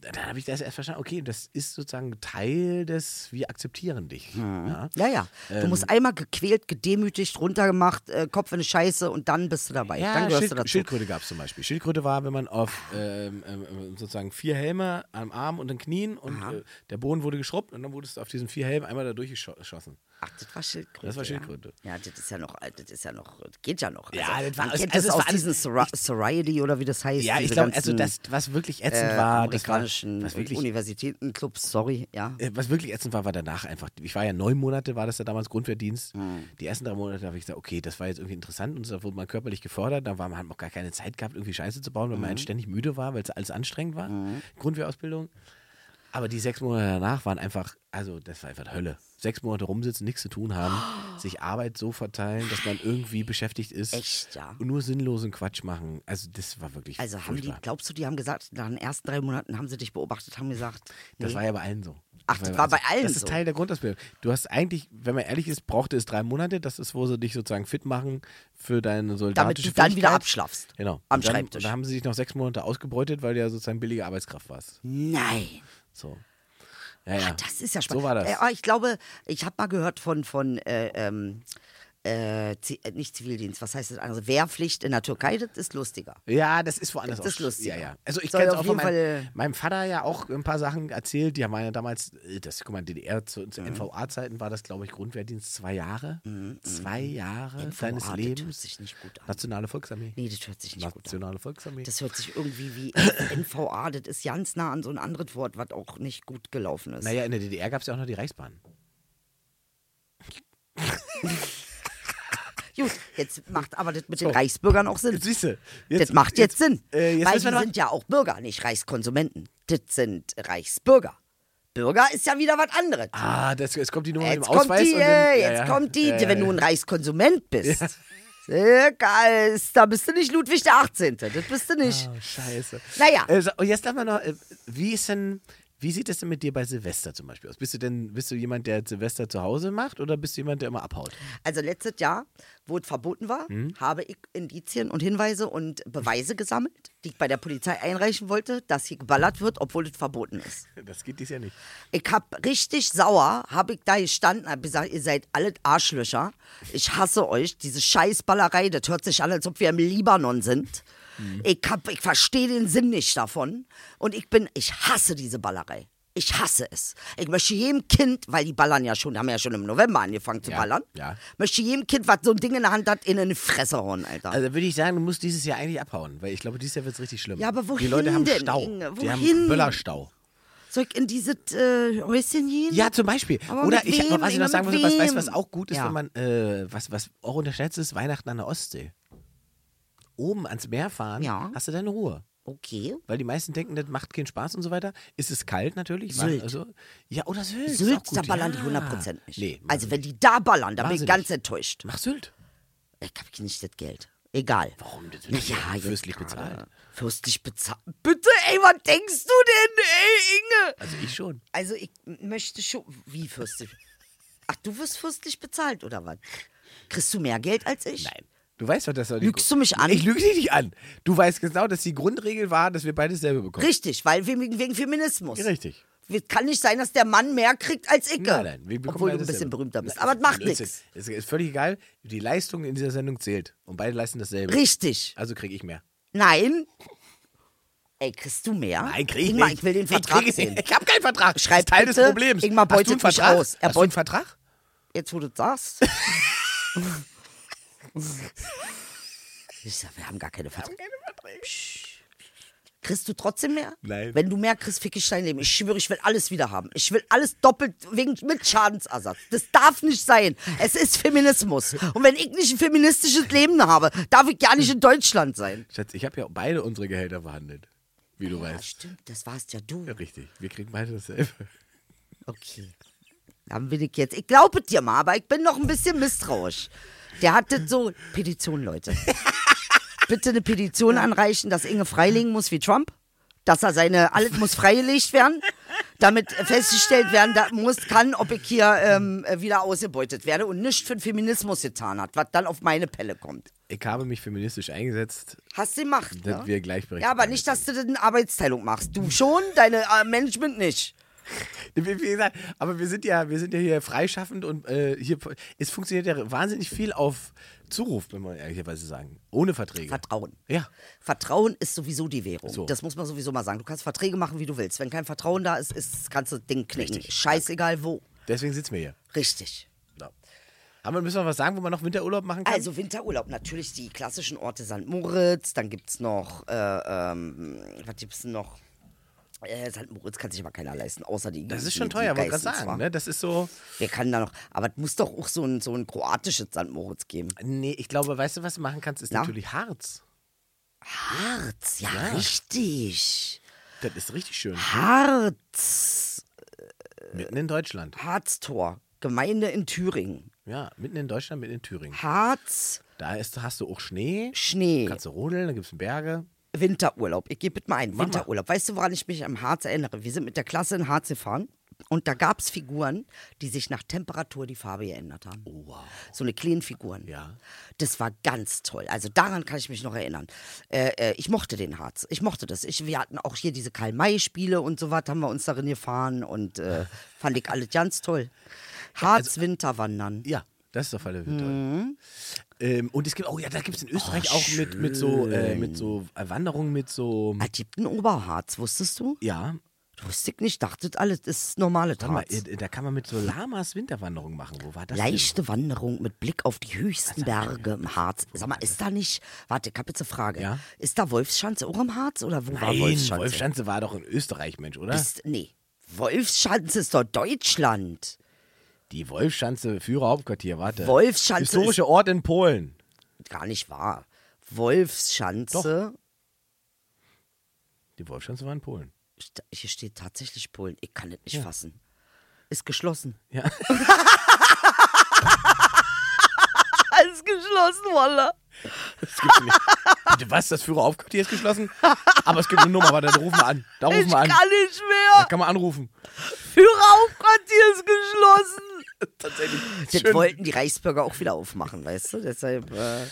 B: dann habe ich das erst verstanden, okay, das ist sozusagen Teil des, wir akzeptieren dich. Ja?
D: Ja, ja. Du
B: Ähm.
D: musst einmal gequält, gedemütigt, runtergemacht, äh, Kopf in die Scheiße und dann bist du dabei. dann gehörst
B: Schild-
D: du dazu.
B: Schildkröte gab es zum Beispiel. Schildkröte war, wenn man auf ähm, ähm, sozusagen vier Helme am Arm und den Knien und äh, der Boden wurde geschrubbt und dann wurdest du auf diesen vier Helmen einmal da durchgeschossen.
D: Ach, das war Schildkröte.
B: Das war Schildkröte.
D: Ja, ja das ist ja noch, äh, das ist ja noch, das geht ja noch.
B: Ja, das war-
D: man kennt
B: also es
D: das
B: war
D: aus diesen
B: alles-
D: Sora- Sorority oder wie das heißt.
B: Ja, ich
D: diese
B: glaube, also
D: ganzen,
B: das, was wirklich ätzend
D: äh,
B: war, das war,
D: amerikanischen
B: was wirklich,
D: Universitätenclubs, sorry, ja.
B: äh, was wirklich ätzend war, war danach einfach. Ich war ja neun Monate, war das ja damals Grundwehrdienst.
D: Hm.
B: Die ersten drei Monate habe ich gesagt, okay, das war jetzt irgendwie interessant und da wurde man körperlich gefordert. Da war man hat man auch gar keine
D: Hm.
B: Zeit gehabt, irgendwie Scheiße zu bauen, weil man halt ständig müde war, weil es alles anstrengend war. Grundwehrausbildung. Aber die sechs Monate danach waren einfach, also das war einfach Hölle. Sechs Monate rumsitzen, nichts zu tun
D: *gasps*
B: haben, sich Arbeit so verteilen, dass man irgendwie beschäftigt ist.
D: Echt, ja.
B: Und nur sinnlosen Quatsch machen. Also das war wirklich
D: Also haben die,
B: furchtbar.
D: glaubst du, die haben gesagt, nach den ersten drei Monaten haben sie dich beobachtet, haben gesagt, nee,
B: Das war ja bei allen so.
D: Ach, das war bei allen
B: Das ist
D: so.
B: Teil der Grundausbildung. Du hast eigentlich, wenn man ehrlich ist, brauchte es drei Monate. Das ist, wo sie dich sozusagen fit machen für deine
D: damit du
B: soldatische
D: dann wieder
B: Fähigkeit.
D: abschlaffst.
B: Genau.
D: Am
B: und dann,
D: Schreibtisch.
B: Und dann haben sie dich noch sechs Monate ausgebeutet, weil du ja sozusagen billige Arbeitskraft warst.
D: Nein.
B: So. Ja, ja.
D: Das ist ja spannend.
B: Ah, So war das.
D: Äh, ah, ich glaube, ich habe mal gehört von, von äh, ähm, äh, Zi- äh, nicht Zivildienst, was heißt das andere? Wehrpflicht in der Türkei, das ist lustiger.
B: Ja, das ist woanders
D: Das ist
B: auch.
D: lustig.
B: Ja, ja. Also ich
D: Soll
B: kenne es
D: auf
B: auch von
D: jeden
B: meinem,
D: Fall-
B: meinem Vater ja auch ein paar Sachen erzählt. Die haben ja damals, äh, das guck mal, DDR zu,
D: Mhm.
B: zu NVA-Zeiten war das, glaube ich, Grundwehrdienst zwei Jahre. Zwei
D: mhm.
B: Jahre seines
D: Boah, Das hört
B: Lebens.
D: sich nicht gut an.
B: Nationale Volksarmee.
D: Nee, das hört sich nicht gut an.
B: Nationale Volksarmee.
D: Das hört sich irgendwie
B: *laughs*
D: wie NVA, das ist ganz nah an so ein anderes Wort, was auch nicht gut gelaufen ist.
B: naja, in der DDR gab es ja auch noch die Reichsbahn.
D: Gut, jetzt macht aber das mit den Reichsbürgern auch Sinn.
B: Jetzt siehst du.
D: das macht jetzt, Sinn.
B: Äh, jetzt
D: weil
B: wissen wir
D: die
B: noch-
D: sind ja auch Bürger, nicht Reichskonsumenten. Das sind Reichsbürger. Bürger ist ja wieder was anderes.
B: Ah, das, jetzt kommt die Nummer
D: jetzt
B: mit dem
D: kommt
B: Ausweis.
D: die,
B: und dem,
D: äh,
B: ja,
D: jetzt
B: ja.
D: kommt die,
B: Ja, ja,
D: wenn du
B: ja.
D: ein Reichskonsument bist. *laughs* Äh, geil, da bist du nicht Ludwig der 18. Das bist du nicht.
B: Oh, scheiße.
D: Naja.
B: Äh, so, und jetzt darf man noch, äh, wie ist denn, wie sieht es denn mit dir bei Silvester zum Beispiel aus? Bist du denn, bist du jemand, der Silvester zu Hause macht oder bist du jemand, der immer abhaut?
D: Also letztes Jahr, wo es verboten war,
B: Hm?
D: habe ich Indizien und Hinweise und Beweise gesammelt, die ich bei der Polizei einreichen wollte, dass hier geballert wird, obwohl es verboten ist.
B: Das geht dies ja nicht.
D: Ich hab richtig sauer, hab ich da gestanden, hab gesagt, ihr seid alle Arschlöcher. Ich hasse euch, diese Scheißballerei, das hört sich an, als ob wir im Libanon sind. Ich, hab- ich verstehe den Sinn nicht davon. Und ich bin, ich hasse diese Ballerei. Ich hasse es. Ich möchte jedem Kind, weil die ballern ja schon, haben ja schon im November angefangen zu
B: Ja,
D: ballern,
B: ja.
D: möchte jedem Kind, was so ein Ding in der Hand hat, in den Fresse hauen, Alter.
B: Also würde ich sagen, du musst dieses Jahr eigentlich abhauen, weil ich glaube, dieses Jahr wird es richtig schlimm.
D: Ja, aber
B: Die
D: wohin
B: Leute haben
D: denn,
B: Stau.
D: Inge?
B: Die haben
D: Wohin?
B: Böllerstau.
D: Soll ich in dieses äh, Häuschen gehen?
B: Ja, zum Beispiel.
D: Aber
B: Oder
D: mit
B: ich,
D: wem,
B: was ich noch
D: Inge,
B: sagen
D: mit
B: muss, was, weißt, du, was
D: wem?
B: auch gut ist,
D: Ja.
B: wenn man, äh, was, was auch unterschätzt ist, Weihnachten an der Ostsee. Oben ans Meer fahren,
D: Ja.
B: hast du deine Ruhe.
D: Okay.
B: Weil die meisten denken, das macht keinen Spaß und so weiter. Ist es kalt natürlich?
D: Sylt.
B: Also, ja, oder Sylt. ist auch
D: Sylt,
B: gut,
D: da ballern
B: ja.
D: die 100% nicht.
B: Nee,
D: also wenn die da ballern, dann bin ich
B: Wahnsinnig.
D: ganz enttäuscht.
B: mach Sylt.
D: Ich hab nicht das Geld. Egal.
B: Warum? Das wird
D: Na ja,
B: doch
D: jetzt
B: fürstlich
D: gerade.
B: bezahlt.
D: Fürstlich bezahlt. Bitte, ey, was denkst du denn, ey, Inge?
B: Also ich schon.
D: Also ich möchte schon... Wie fürstlich? Ach, du wirst fürstlich bezahlt, oder was? Kriegst du mehr Geld als ich?
B: Nein. Du weißt doch, dass du
D: Lügst du mich an?
B: Ich lüge dich nicht an. Du weißt genau, dass die Grundregel war, dass wir beides selber bekommen.
D: Richtig, weil wegen, wegen Feminismus.
B: Richtig.
D: Es kann nicht sein, dass der Mann mehr kriegt als ich.
B: Nein, nein. Wir bekommen
D: Obwohl du ein
B: beides
D: bisschen
B: selber.
D: berühmter bist.
B: Nein,
D: Aber das macht
B: Blödsinn.
D: nichts.
B: Es ist völlig egal. Die Leistung in dieser Sendung zählt. Und beide leisten dasselbe.
D: Richtig.
B: Also kriege ich mehr.
D: Nein. Ey, kriegst du mehr?
B: Nein, krieg ich
D: Ingmar,
B: nicht.
D: Ich will den Vertrag
B: krieg-
D: sehen.
B: Ich habe keinen Vertrag.
D: Schreib
B: das ist Teil
D: bitte,
B: des Problems.
D: Ingmar
B: Hast du einen
D: beutet mich
B: Vertrag?
D: aus. Er
B: Hast du einen
D: beut-
B: Vertrag?
D: Jetzt, wo du
B: *laughs*
D: das sagst. ich sag, wir haben gar keine Verträge. Kriegst du trotzdem mehr?
B: Nein.
D: Wenn du mehr kriegst, fick ich dein Leben. Ich schwöre, ich will alles wieder haben. Ich will alles doppelt wegen, mit Schadensersatz. Das darf nicht sein. Es ist Feminismus. Und wenn ich nicht ein feministisches Leben habe, darf ich gar nicht in Deutschland sein.
B: Schatz, ich habe ja beide unsere Gehälter verhandelt. Wie du
D: Ja,
B: weißt.
D: stimmt, das warst ja du.
B: Ja, richtig. Wir kriegen beide dasselbe.
D: Okay. Dann bin ich jetzt. Ich glaube dir mal, aber ich bin noch ein bisschen misstrauisch. Der hat das so. Petition, Leute. Bitte eine Petition anreichen, dass Inge freilegen muss wie Trump. Dass er seine. Alles muss freigelegt werden. Damit festgestellt werden da muss, kann, ob ich hier ähm, wieder ausgebeutet werde und nichts für den Feminismus getan hat, was dann auf meine Pelle kommt.
B: Ich habe mich feministisch eingesetzt,
D: Hast du gemacht,
B: dass
D: ne?
B: wir gleichberechtigt
D: Ja, aber nicht, dass du das in Arbeitsteilung machst. Du schon, deine äh, Management nicht.
B: Wie, wie gesagt, aber wir sind ja, wir sind ja hier freischaffend und äh, hier es funktioniert ja wahnsinnig viel auf Zuruf, wenn man ehrlicherweise sagen. Ohne Verträge.
D: Vertrauen.
B: ja.
D: Vertrauen ist sowieso die Währung.
B: So.
D: Das muss man sowieso mal sagen. Du kannst Verträge machen, wie du willst. Wenn kein Vertrauen da ist, ist kannst du das Ding knicken. Scheißegal wo.
B: Deswegen sitzen wir hier.
D: Richtig.
B: Ja. Haben wir, müssen wir was sagen, wo man noch Winterurlaub machen kann?
D: Also Winterurlaub, natürlich die klassischen Orte St. Moritz, dann gibt es noch, äh, ähm, was gibt's denn noch? Äh, St. Moritz kann sich aber keiner leisten, außer die
B: das ist
D: die-
B: schon
D: die
B: teuer, wollte gerade
D: Geistens-
B: sagen. Ne? Das ist so.
D: Wer kann da noch? Aber es muss doch auch so ein, so ein kroatisches St. Moritz geben.
B: Nee, ich glaube, weißt du, was du machen kannst, ist
D: Na?
B: natürlich Harz.
D: Harz, ja, richtig.
B: Das ist richtig schön.
D: Harz.
B: Mitten in Deutschland.
D: Harztor, Gemeinde in Thüringen.
B: Ja, mitten in Deutschland, mitten in Thüringen.
D: Harz,
B: Da ist, hast du auch Schnee,
D: Schnee,
B: kannst du rodeln, da gibt es Berge.
D: Winterurlaub. Ich gebe bitte mal ein. Winterurlaub. Weißt du, woran ich mich am Harz erinnere? Wir sind mit der Klasse in Harz gefahren und da gab es Figuren, die sich nach Temperatur die Farbe geändert haben.
B: Oh, wow.
D: So eine kleinen Figuren.
B: Ja.
D: Das war ganz toll. Also daran kann ich mich noch erinnern. Äh, äh, ich mochte den Harz. Ich mochte das. Ich, wir hatten auch hier diese Karl-May-Spiele und so was, haben wir uns darin gefahren
B: *laughs*
D: und äh, fand ich alles ganz toll.
B: also
D: Harz Winterwandern.
B: Ja, das ist doch alle toll.
D: Mhm.
B: Ähm, und es gibt, oh ja, da gibt es in Österreich auch mit, mit so, äh, mit so Wanderungen, mit so,
D: Es gibt einen Oberharz, wusstest du?
B: ja,
D: Wusste ich nicht, dachte, alles ist normale
B: warte mal,
D: Harz.
B: äh, da kann man mit so Lamas Winterwanderung machen. Wo war das? denn?
D: Leichte Wanderung mit Blick auf die höchsten Berge im Harz. Sag mal, ist da nicht, warte, ich habe jetzt eine Frage.
B: Ja?
D: Ist da Wolfschanze auch im Harz oder wo war
B: Nein, ne?
D: Wolfschanze?
B: Wolfschanze war doch in Österreich, Mensch, oder?
D: Ist, nee, Wolfschanze ist doch Deutschland.
B: Die Wolfschanze, Führerhauptquartier, warte.
D: Wolfschanze
B: Historischer Ort in Polen.
D: Gar nicht wahr. Wolfschanze,
B: Die Wolfschanze war in Polen.
D: St- hier steht tatsächlich Polen, ich kann das nicht fassen. *laughs* Ist geschlossen.
B: Ja. *laughs*
D: Ist geschlossen, Walla.
B: Das gibt's nicht. Bitte, was? Das Führerhauptquartier ist
D: *laughs*
B: geschlossen? Aber es gibt eine Nummer, warte, da rufen wir an. Da rufen
D: Ich
B: wir an.
D: kann nicht
B: Da
D: mehr.
B: kann man anrufen.
D: Führerhauptquartier ist geschlossen.
B: *laughs* Tatsächlich.
D: Das wollten die Reichsbürger auch wieder aufmachen, weißt du? Deshalb. Äh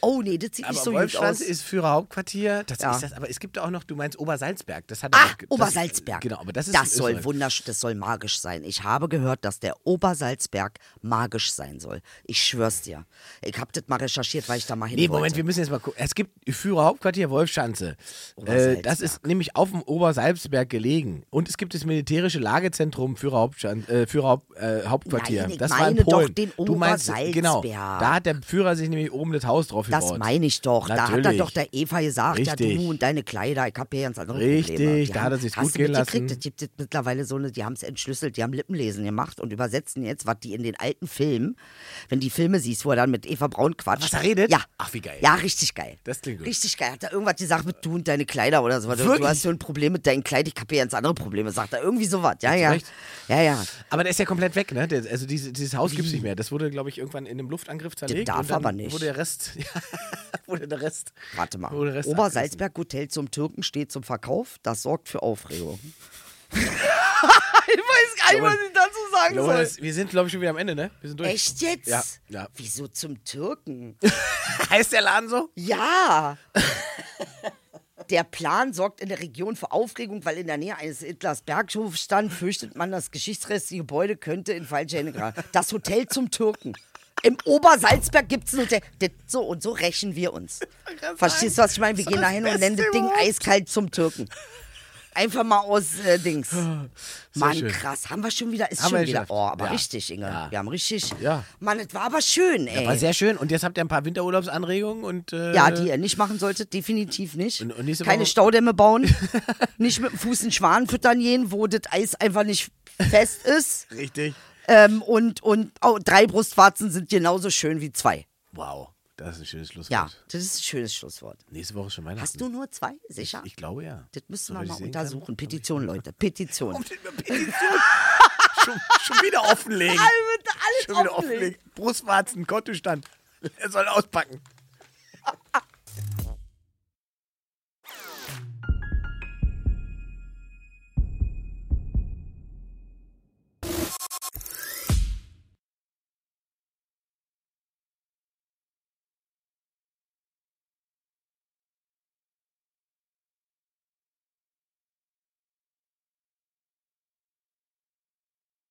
D: oh nee, das sieht
B: Aber
D: nicht so gut aus.
B: Wolfschanze ist Führerhauptquartier. Das
D: Ja.
B: ist das, aber es gibt auch noch, du meinst Obersalzberg. Das hat
D: Ah,
B: das-
D: Obersalzberg.
B: Genau, aber das ist in
D: soll
B: Österreich.
D: wundersch das soll magisch sein. Ich habe gehört, dass der Obersalzberg magisch sein soll. Ich schwör's dir. Ich hab das mal recherchiert, weil ich da mal hin
B: Nee,
D: wollte.
B: Moment, wir müssen jetzt mal gucken. Es gibt Führerhauptquartier Wolfschanze. Äh,
D: Obersalzberg.
B: das ist nämlich auf dem Obersalzberg gelegen. Und es gibt das militärische Lagezentrum Führerhauptquartier. Äh, Führerhaupt, äh, Hauptquartier.
D: Nein, ich
B: das war in
D: meine doch
B: Polen.
D: den
B: du meinst,
D: Obersalzberg.
B: genau, da hat der Führer sich nämlich oben das Haus drauf
D: das
B: gebaut.
D: meine ich doch. Da hat er
B: Natürlich.
D: doch der Eva gesagt, ja
B: Richtig.
D: du und deine Kleider, ich habe hier ganz andere
B: Richtig,
D: Probleme. Die
B: da
D: haben-
B: hat er sich's
D: hast
B: gut
D: du
B: gehen
D: mitgekriegt?
B: lassen.
D: Es gibt jetzt mittlerweile so eine, die haben es entschlüsselt, die haben Lippenlesen gemacht und übersetzen jetzt, was die in den alten Filmen, wenn die Filme siehst, wo er dann mit Eva Braun quatscht.
B: Was er redet?
D: Ja.
B: Ach, wie geil.
D: Ja, richtig geil.
B: Das klingt gut.
D: Richtig geil. Hat er irgendwas gesagt mit du und deine Kleider oder so. Du
B: Wirklich?
D: hast so ein Problem mit deinem Kleid, ich habe hier ganz andere Probleme, sagt er. Irgendwie sowas. Ja, ja.
B: recht?
D: Ja, ja.
B: Aber der ist ja komplett weg, ne? Der, also diese, dieses Haus gibt es nicht mehr. Das wurde, glaube ich, irgendwann in einem Luftangriff zerlegt.
D: darf
B: und dann
D: aber nicht.
B: Wurde der Rest. *laughs* wurde der Rest.
D: Warte
B: Wurde
D: mal.
B: Oh, der Rest
D: Obersalzberg Hotel zum Türken steht zum Verkauf. Das sorgt
B: *laughs*
D: für Aufregung. ich weiß gar nicht, was ich dazu sagen
B: abgerissen. Lola, das- wir sind, glaube ich, schon wieder am Ende, ne? Wir sind durch.
D: Echt jetzt?
B: Ja, ja.
D: Wieso zum Türken?
B: *laughs* Heißt der Laden so?
D: Ja. *laughs* Der Plan sorgt in der Region für Aufregung, weil in der Nähe eines Hitlers Berghofs stand, fürchtet man, das geschichtsrestliche Gebäude könnte in falsche Hände geraten. Das Hotel zum Türken. Im Obersalzberg gibt es ein Hotel. Das, so und so rächen wir uns. Verstehst du, was ich meine? Wir gehen
B: das
D: da hin und
B: Beste
D: nennen das Ding
B: überhaupt.
D: eiskalt zum Türken. Einfach mal aus äh, Dings. Mann,
B: Ah, schön.
D: krass. Haben wir schon wieder, ist
B: Haben wir
D: schon wieder.
B: geschafft.
D: Oh, aber
B: Ja.
D: richtig, Inge.
B: Ja.
D: Wir haben richtig.
B: Ja.
D: Mann, es war aber schön, ey.
B: War sehr schön. Und jetzt habt ihr ein paar Winterurlaubsanregungen und. Äh,
D: Ja, die ihr nicht machen solltet, definitiv nicht.
B: Und- und nächste
D: Keine
B: Woche- *laughs*
D: Staudämme bauen, nicht mit dem Fuß einen Schwan füttern gehen, wo das Eis einfach nicht fest ist.
B: Richtig.
D: Ähm, und und au- drei Brustwarzen sind genauso schön wie zwei.
B: Wow, das ist ein schönes Schlusswort.
D: Ja, das ist ein schönes Schlusswort.
B: Nächste Woche ist schon Weihnachten.
D: Hast du nur zwei? Sicher?
B: Ich glaube ja.
D: das müssen wir
B: Soweit ich
D: mal
B: sehen
D: untersuchen.
B: Kann. *laughs*
D: Petition, Leute. Petition.
B: Warum steht mir Petition? *laughs* schon, schon wieder offenlegen.
D: Alle- alles
B: schon wieder
D: offenlegen.
B: offenlegen. Brustwarzen, Kontostand. *laughs* Er soll auspacken.